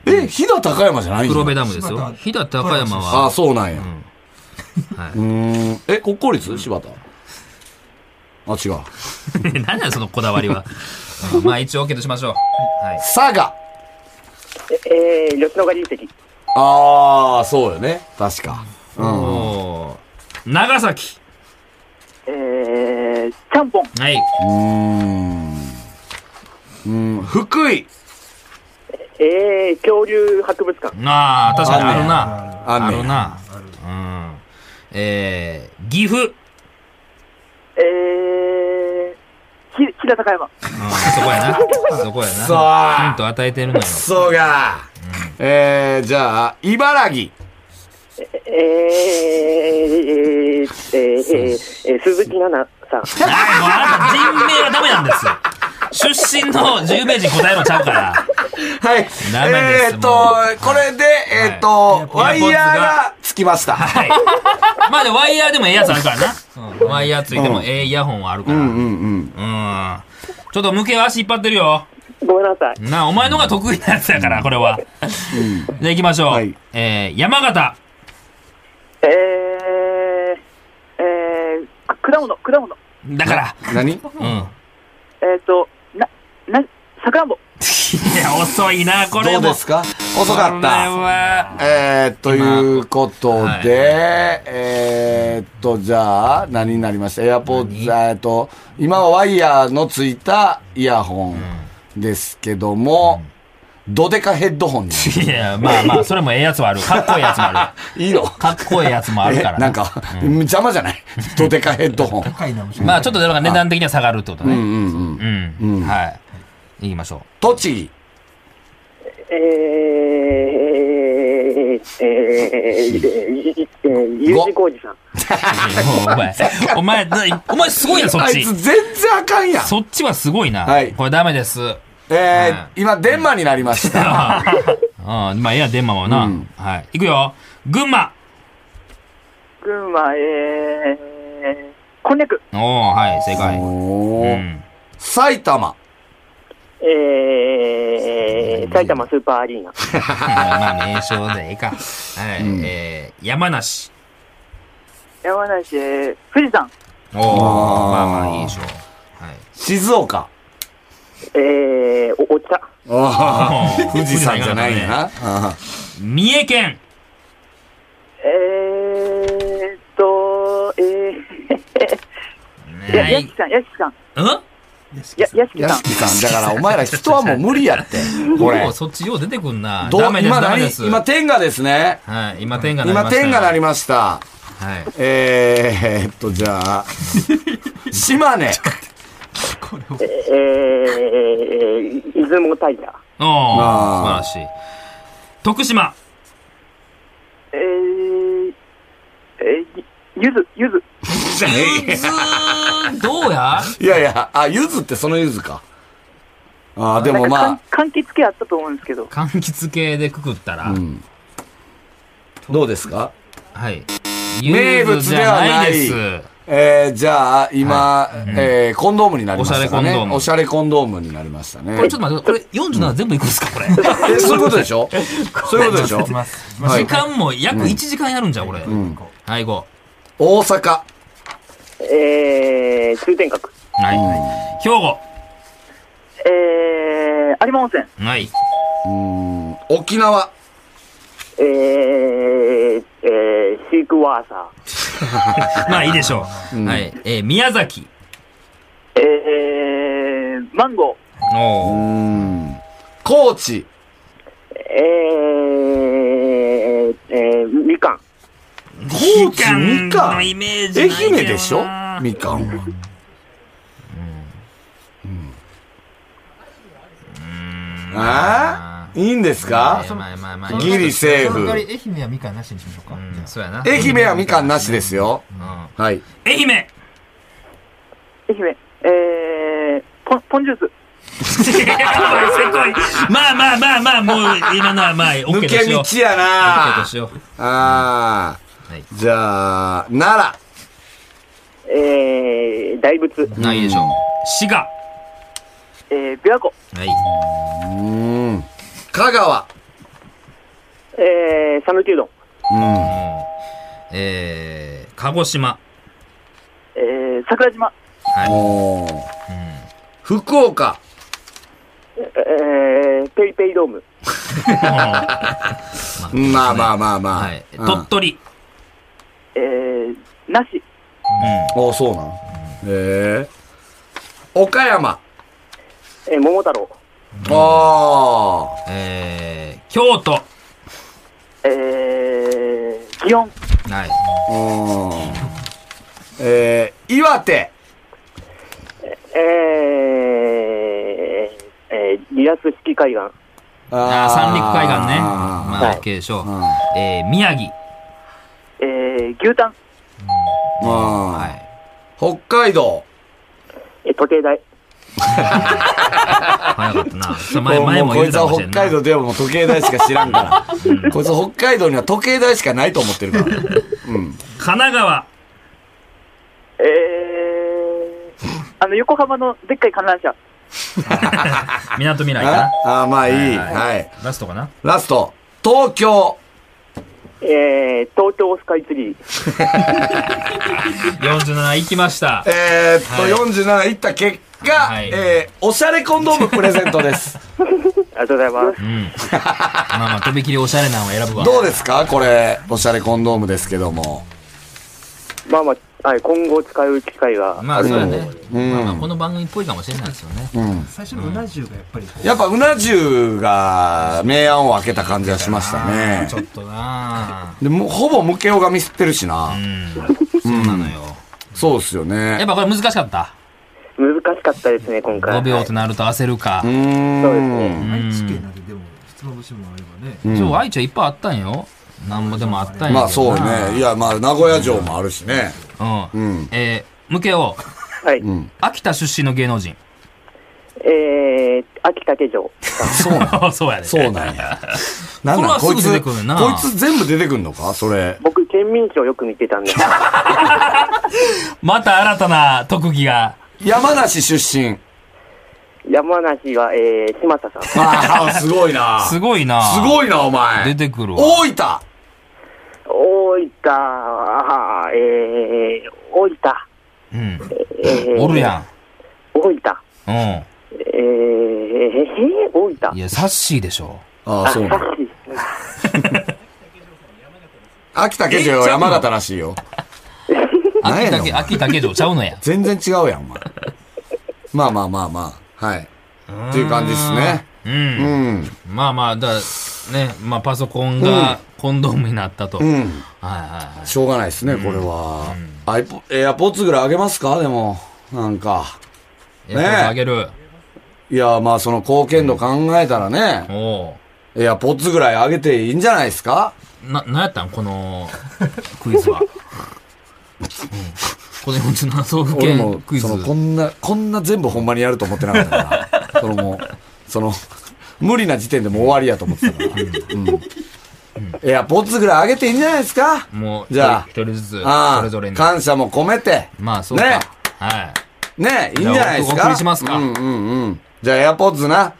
Speaker 3: え飛騨高山じゃないんや。
Speaker 2: 黒部ダムです
Speaker 6: 柴
Speaker 2: よ
Speaker 6: 田
Speaker 2: 飛騨高山
Speaker 3: ああ、
Speaker 2: は
Speaker 3: そうなんや。
Speaker 2: はい
Speaker 3: ー
Speaker 2: う
Speaker 3: ん。え、国公立柴田。あ、違う。
Speaker 2: *laughs* 何なんそのこだわりはうんまあ一応 OK としましょうはい
Speaker 3: 佐賀。
Speaker 4: えー、吉野ヶ里遺跡。
Speaker 3: ああ、そうよね。確か。うん。
Speaker 2: おー長崎
Speaker 5: えー、ちゃんぽん、
Speaker 2: はいう
Speaker 3: ーん。うん、福井。
Speaker 4: えー、恐竜博物館。
Speaker 2: ああ確かにあるな
Speaker 3: あ
Speaker 2: あ
Speaker 3: んねや
Speaker 2: るなうんえー岐阜
Speaker 5: えー、ひ、平高山、
Speaker 2: うんそこやな。そこや
Speaker 3: そ
Speaker 2: な。
Speaker 3: ー
Speaker 2: ヒント与えてるのよ。
Speaker 3: そうが。えー、じゃあ、茨城。
Speaker 4: えー、えー、えー、えー、えー、鈴木奈々さん。
Speaker 2: はい、もうあなた人名はダメなんですよ。出身の有名人答えろちゃうから。
Speaker 3: はい。
Speaker 2: ダメで
Speaker 3: え
Speaker 2: す
Speaker 3: ーっと
Speaker 2: もう、
Speaker 3: これで、えーっ
Speaker 2: は
Speaker 3: と、ワイヤーがつきました。
Speaker 2: はい。まあでもワイヤーでもええやつあるからな。うんワイヤーついてもええイヤホンはあるから。
Speaker 3: う
Speaker 2: うん。
Speaker 3: うんん
Speaker 2: ちょっと向けは足引っ張ってるよ。
Speaker 4: ごめんなさい。
Speaker 2: なあ、お前のが得意なやつやから、これは。じゃあ行きましょ
Speaker 3: は
Speaker 2: う
Speaker 3: い。
Speaker 2: えー、山形。
Speaker 5: えー、えー、果物、果物、
Speaker 2: だから。
Speaker 3: うん。何
Speaker 2: うん。い
Speaker 5: えーと、な、な、さくらんぼ、
Speaker 2: や、遅いな、これ
Speaker 3: どう
Speaker 2: も。
Speaker 3: ですか遅かっ
Speaker 2: これ
Speaker 3: た。
Speaker 2: は。
Speaker 3: えー、ということで、
Speaker 2: はい
Speaker 3: えー、っと、じゃあ、何になりましたエアポーズ、えーっと、今はワイヤーのついたイヤホンですけども、ドデカヘッドホンになる
Speaker 2: いや、まあまあ、それもええやつはある。かっこいいやつもあ
Speaker 3: いいの
Speaker 2: る。かっ *laughs* こいいやつもあるから
Speaker 3: えなんか、邪魔じゃないドデカヘッドホン。
Speaker 2: *laughs*
Speaker 6: 高いなもしれな
Speaker 2: ま
Speaker 6: い。
Speaker 2: あ、ちょっとなんか値段的には下がるってこと
Speaker 3: う
Speaker 2: ね。
Speaker 3: んうんうん。
Speaker 2: うん。
Speaker 3: うん
Speaker 2: はい。行きましょ
Speaker 3: 栃木。
Speaker 4: えー、えー、えー、えー、えー、ゆうじこうじさん。
Speaker 2: う。 *laughs* もうお前、お前、なお前すごいな、そっ
Speaker 3: あい
Speaker 2: ち
Speaker 3: つ。全然あかんやん。
Speaker 2: そっちはすごいな。
Speaker 3: はい
Speaker 2: これダメです。 *laughs* うん。
Speaker 3: え
Speaker 2: は
Speaker 3: ー、今、デンマになりました。
Speaker 2: まあ、ええや、電話はな。
Speaker 3: うん
Speaker 2: はい。行くよ。群馬。
Speaker 5: 群馬、えー、こんにゃく、
Speaker 2: おー、はい、正解。
Speaker 3: お
Speaker 2: う
Speaker 3: ー
Speaker 2: ん。 *laughs*
Speaker 3: 埼玉。
Speaker 4: えー、埼玉スーパーアリーナ。
Speaker 2: まあ、名称でええか。はい。
Speaker 3: うん
Speaker 2: えー、山梨。
Speaker 5: 山梨、えー富士山、
Speaker 2: おー、
Speaker 3: あー
Speaker 2: まあまあ、いいでしょう。はい。
Speaker 3: 静岡。
Speaker 4: えー、お、お茶。
Speaker 3: あ
Speaker 2: ー
Speaker 3: あ、富士山じゃないんやな。あ
Speaker 2: 三重県。
Speaker 5: えーっと、え
Speaker 3: *laughs*
Speaker 5: ー、や、や
Speaker 2: ね
Speaker 5: しきさん、やしきさん、
Speaker 2: うん
Speaker 5: や、やし
Speaker 3: ー
Speaker 5: き
Speaker 3: 屋
Speaker 5: さん。
Speaker 3: 敷さん、だからお前ら人はもう無理やって。
Speaker 2: *laughs*
Speaker 3: これ
Speaker 2: もう。そっちよう出てくんな。
Speaker 3: どう
Speaker 2: ダメです、
Speaker 3: 今
Speaker 2: ダメで
Speaker 3: 何
Speaker 2: す。
Speaker 3: 今、天下ですね。
Speaker 2: はい、今天がなりま
Speaker 3: 今、
Speaker 2: した。
Speaker 3: 天下なり
Speaker 2: ま
Speaker 3: ました。
Speaker 2: した。はい。
Speaker 3: えーっと、じ
Speaker 2: *laughs*
Speaker 3: ゃあ、島根。
Speaker 4: えー、出雲大社。
Speaker 3: あー
Speaker 2: おー素晴らしい。徳島。
Speaker 5: えー、えー、ゆず、ゆず、
Speaker 2: ゆずーどうや
Speaker 3: いやいや、あ、ゆずってそのゆずか。ああ、でも
Speaker 5: か
Speaker 3: ま
Speaker 5: ん柑橘系あったと思うんですけど、
Speaker 2: 柑橘系でくくったら。
Speaker 3: あ、うん。どうですか
Speaker 2: はい。
Speaker 3: 名物ではない
Speaker 2: 遊具じゃです。
Speaker 3: えー、じゃあ、今、えー、コンドームになりましたね。
Speaker 2: おしゃれコンドーム
Speaker 3: おしゃれコンドームになりましたね。
Speaker 2: これちょっと待って、これ47全部いくんですかこれ。
Speaker 3: え、そういうことで
Speaker 2: *laughs*
Speaker 3: しょそういうことでしょ
Speaker 6: きます。
Speaker 3: はい
Speaker 2: 時間も約1時間やるんじゃん、これ。はい、行こ
Speaker 3: 大阪。
Speaker 4: えー、通天閣。
Speaker 2: う。はい。兵庫。
Speaker 5: えー、有馬温泉。
Speaker 2: はい。
Speaker 3: うん、沖縄。
Speaker 4: えー、えー、シークワーサ
Speaker 2: まあいいでしょう。はい。えー、宮崎。
Speaker 5: えー、マンゴ
Speaker 2: おー
Speaker 3: うん、高知。
Speaker 4: ー。えー、えー、みかん。
Speaker 3: 高
Speaker 2: みかん
Speaker 3: みかん。
Speaker 2: の
Speaker 3: 愛
Speaker 2: イメージないけどな
Speaker 3: 媛でしょみかんは。ああいいんですか
Speaker 2: まあまあまあまあ。
Speaker 3: ギリセー
Speaker 7: その代わ
Speaker 3: フ
Speaker 7: り。愛媛はみかんなしにしましょうか。
Speaker 2: うんそうやな。
Speaker 3: 愛媛はみかんなしですよ。
Speaker 2: うん
Speaker 3: はい。
Speaker 2: 愛媛
Speaker 5: ー、愛媛。えー、ポン、ポンジュース。
Speaker 2: せこいまあまあまあまあ、もう今のはまあ、オッケ
Speaker 3: 抜け
Speaker 2: ーとし
Speaker 3: 道や
Speaker 2: よう。オッケー
Speaker 3: な
Speaker 2: としよう。
Speaker 3: ああ
Speaker 2: はい。
Speaker 3: じゃあ、奈
Speaker 4: えー、大仏。
Speaker 2: ないでしょう。滋賀。
Speaker 5: えー、琵琶湖。
Speaker 2: はい。
Speaker 3: 良。うん。香川。
Speaker 4: えー、讃岐うどん。
Speaker 3: うん。
Speaker 2: えー、鹿児島。
Speaker 5: えー、桜島。
Speaker 2: はい。
Speaker 3: おー福岡。
Speaker 4: えー、ペイペイドーム。
Speaker 3: まあまあまあまあ。
Speaker 2: はい。
Speaker 3: うん
Speaker 2: 鳥取。
Speaker 5: えー、なし。
Speaker 3: ああ、そうなのへえ。岡山。
Speaker 4: えー、桃太郎。
Speaker 3: あ
Speaker 2: えー、京都。
Speaker 5: えー、祇園。
Speaker 2: はい。
Speaker 3: あ。うん。えー、岩手。
Speaker 4: えー、えー、リラス式海岸。
Speaker 2: あー三陸海岸ね。
Speaker 3: あ
Speaker 2: まあ、オッケーでしょ
Speaker 3: ー
Speaker 2: う。えー、宮城。
Speaker 5: えー、牛タン。
Speaker 3: うん
Speaker 2: は
Speaker 3: あー
Speaker 2: い。
Speaker 3: 北海道。
Speaker 4: えー、時計台。
Speaker 2: 早かった *laughs* な。ちょ前、前も
Speaker 3: こ
Speaker 2: 言っ
Speaker 3: い
Speaker 2: て
Speaker 3: つ
Speaker 2: たか
Speaker 3: は
Speaker 2: もしれ
Speaker 3: 北
Speaker 2: んな
Speaker 3: 海
Speaker 2: い。
Speaker 3: 道ではもう時計台しか知らんから。 *laughs* こいつ北海道には時計台しかないと思ってる
Speaker 2: *laughs*
Speaker 3: から。うん。
Speaker 2: 神奈川。
Speaker 5: えー、あの、横浜のでっかい観覧車。
Speaker 2: みなとみらいか
Speaker 3: あ
Speaker 2: な。
Speaker 3: あー、まあいい。
Speaker 2: はい
Speaker 3: はい。
Speaker 2: ラストかな。
Speaker 3: ラスト。東京。
Speaker 4: えー、東京スカイツリー。
Speaker 2: 47行きました。
Speaker 3: えーっと、
Speaker 2: はい
Speaker 3: 47いった結果、
Speaker 2: はい
Speaker 3: えー、おしゃれコンドームプレゼントです。
Speaker 4: ありがとうございます。
Speaker 2: うん。まあまあ、とびきりおしゃれなのを選ぶわ。
Speaker 3: どうですかこれ、おしゃれコンドームですけども。
Speaker 4: まあまあ、はい、今後使う機会が。
Speaker 2: まあ、そうだね。
Speaker 3: うん
Speaker 2: まあまあ、この番組っぽいかもしれないですよね。
Speaker 6: 最初のうな重がやっぱりこう
Speaker 3: やっぱ、うな重が、明暗を開けた感じがしましたね
Speaker 2: ち。ょっとな
Speaker 3: でもうほぼ無形がミスってるしな。
Speaker 2: ぁ。そうなのよ。
Speaker 3: そうですよ
Speaker 2: やっ
Speaker 3: ね。
Speaker 2: ぱこれ難しかった。
Speaker 4: 難しかったですね、今回。
Speaker 2: 5秒ってなると焦るか
Speaker 3: う。
Speaker 4: そうです
Speaker 3: ーん。
Speaker 4: ね
Speaker 6: 愛知県なんてでも、ひつまぶしもあればね。
Speaker 2: そう、愛知はいっぱいあったんよ。なんぼでもあったんや。
Speaker 3: まあそう。ね。いや、まあ名古屋城もあるしね。
Speaker 2: う
Speaker 3: うん
Speaker 2: ん。えー、向けを、
Speaker 4: はい。
Speaker 2: 秋田出身の芸能人。
Speaker 4: えー、秋竹城。
Speaker 3: そうなん
Speaker 2: *laughs* そうやで。
Speaker 3: そうなん
Speaker 2: *laughs*
Speaker 3: や。なんなん
Speaker 2: こ
Speaker 3: こ
Speaker 2: れはすぐ
Speaker 3: いつ、
Speaker 2: 出て
Speaker 3: こ
Speaker 2: くるない
Speaker 3: つ全部出てくんのかそれ。
Speaker 4: 僕、県民賞よく見て
Speaker 3: *laughs*
Speaker 4: たんで。
Speaker 2: また新たな特技が。
Speaker 3: 山梨出身。
Speaker 4: 山梨は、えー、島佐さん。
Speaker 3: あ
Speaker 2: *laughs*
Speaker 3: あ、すごいな。
Speaker 2: す
Speaker 3: す
Speaker 2: ごいな
Speaker 3: ごいな、お前。
Speaker 2: 出てくるわ。
Speaker 3: 大分
Speaker 4: 大分は、えー、大分。
Speaker 2: うん。
Speaker 4: えー、
Speaker 2: おるや
Speaker 4: 大分。
Speaker 2: ん。う
Speaker 4: えー、えー、大分
Speaker 2: ん。い。や、サッシーでしょ。
Speaker 3: ああ、そうな
Speaker 4: さっ
Speaker 3: んだ
Speaker 4: き
Speaker 3: 秋田家城は山形らしいよ。何
Speaker 2: 秋
Speaker 3: やねん
Speaker 2: 田
Speaker 3: お前
Speaker 2: け、秋田けどちゃうのや。
Speaker 3: 全然違うやん、お前。まあまあまあまあ。はい。っていう感じですね。
Speaker 2: う。
Speaker 3: うんん。
Speaker 2: まあまあ、だからね、まあパソコンがコンドームになったと。はい
Speaker 3: うん。
Speaker 2: はいはい。
Speaker 3: しょうがないですね、これは。アイポ、エアポッツぐらいあげますかでも。なんか。
Speaker 2: エアポッドあげる。
Speaker 3: いや、まあその貢献度考えたらね、
Speaker 2: お
Speaker 3: エアポッツぐらいあげていいんじゃないですか
Speaker 2: うな、なんやったんこの、クイズは。うんこの47都府
Speaker 3: 俺も
Speaker 2: 県クイ、ズ。
Speaker 3: その、こんな、こんな全部ほんまにやると思ってなかった *laughs* から。そのもう、その、無理な時点でもう終わりやと思ってたから。うん。エアポッツぐらい上げていいんじゃないですか
Speaker 2: もう、
Speaker 3: じゃあ
Speaker 2: 一人ずつ、
Speaker 3: あ
Speaker 2: それぞれ
Speaker 3: あ、
Speaker 2: に。
Speaker 3: 感謝も込めて。
Speaker 2: まあ、そうか。
Speaker 3: ね
Speaker 2: はい。
Speaker 3: ねいいんじゃないです
Speaker 2: じゃあお
Speaker 3: か。
Speaker 2: 送りしますか
Speaker 3: うんうんうん。じゃあ、エアポッズな。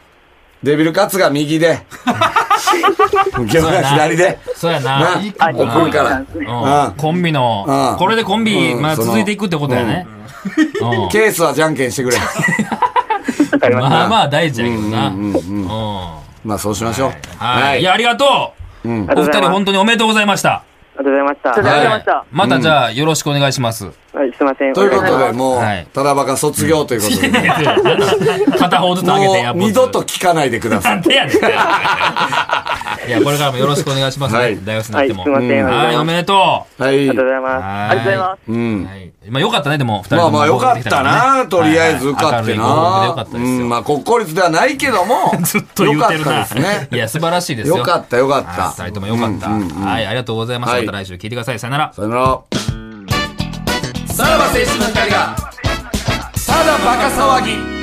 Speaker 3: デビルカツが右で。右が左で。
Speaker 2: そうや
Speaker 3: な
Speaker 2: な。
Speaker 3: あ送るから。
Speaker 2: うん
Speaker 3: うん
Speaker 2: コンビ
Speaker 3: う
Speaker 2: の
Speaker 3: ん、
Speaker 2: これでコンビ、
Speaker 3: うん
Speaker 2: まあ、
Speaker 3: その
Speaker 2: 続いていくってことやね。うん
Speaker 3: ケースはじゃんけんしてくれ。
Speaker 2: まあまあ、大事やけどな。
Speaker 3: う
Speaker 2: う
Speaker 3: うん
Speaker 2: んん
Speaker 3: うんうん。まあ、そうしましょう。
Speaker 2: はい。いや、ありがとうお
Speaker 3: ん
Speaker 2: 二人本
Speaker 4: 当
Speaker 2: 当におめでとうございました。
Speaker 4: ありがとうございました。
Speaker 5: ありがとうございました
Speaker 2: はいまたじゃあ、よろしくお願い
Speaker 3: *laughs*
Speaker 2: します。
Speaker 4: はい、すいません。
Speaker 3: ということ
Speaker 4: お願
Speaker 3: で、
Speaker 4: し
Speaker 3: もう
Speaker 2: はい、
Speaker 3: ただばか卒業ということで。
Speaker 2: 片 *laughs* 方ずつ上げて、
Speaker 3: もう、二度と。聞かないでくだ
Speaker 2: な
Speaker 3: さ
Speaker 2: ん
Speaker 3: い。
Speaker 2: でや *laughs* ねん。いや、これからもよろしくお願いします
Speaker 3: は
Speaker 2: ね。
Speaker 3: い
Speaker 2: 大学生
Speaker 4: ますは
Speaker 2: に
Speaker 4: い、す
Speaker 2: ないっ
Speaker 4: ま
Speaker 2: て
Speaker 4: せん。
Speaker 2: も。
Speaker 4: ありが
Speaker 2: はい、おめでとう。
Speaker 3: はい。
Speaker 4: とうございます。
Speaker 2: はい
Speaker 5: ありがとうございます。
Speaker 3: うん。
Speaker 2: はい。まあよかったね、でも、二人
Speaker 3: まあ
Speaker 2: とも
Speaker 3: まあよかったな、とりあえず受かってな。
Speaker 2: はい明るいご報告でよかったです
Speaker 3: う
Speaker 2: よ
Speaker 3: ん、まあ国公立ではないけども、
Speaker 2: *laughs* ずっと言ってる
Speaker 3: よか
Speaker 2: な。
Speaker 3: ったです
Speaker 2: い
Speaker 3: ね。
Speaker 2: や、素晴らしいですよ。
Speaker 3: よかったよかった。
Speaker 2: はい二人ともよかった。
Speaker 3: うんうんうん
Speaker 2: はい、ありがとうございまし
Speaker 3: は
Speaker 2: た。
Speaker 3: い
Speaker 2: また来週聞いてください。さよなら。
Speaker 3: さよなら。さらば青春の光が、ただバカ騒ぎ。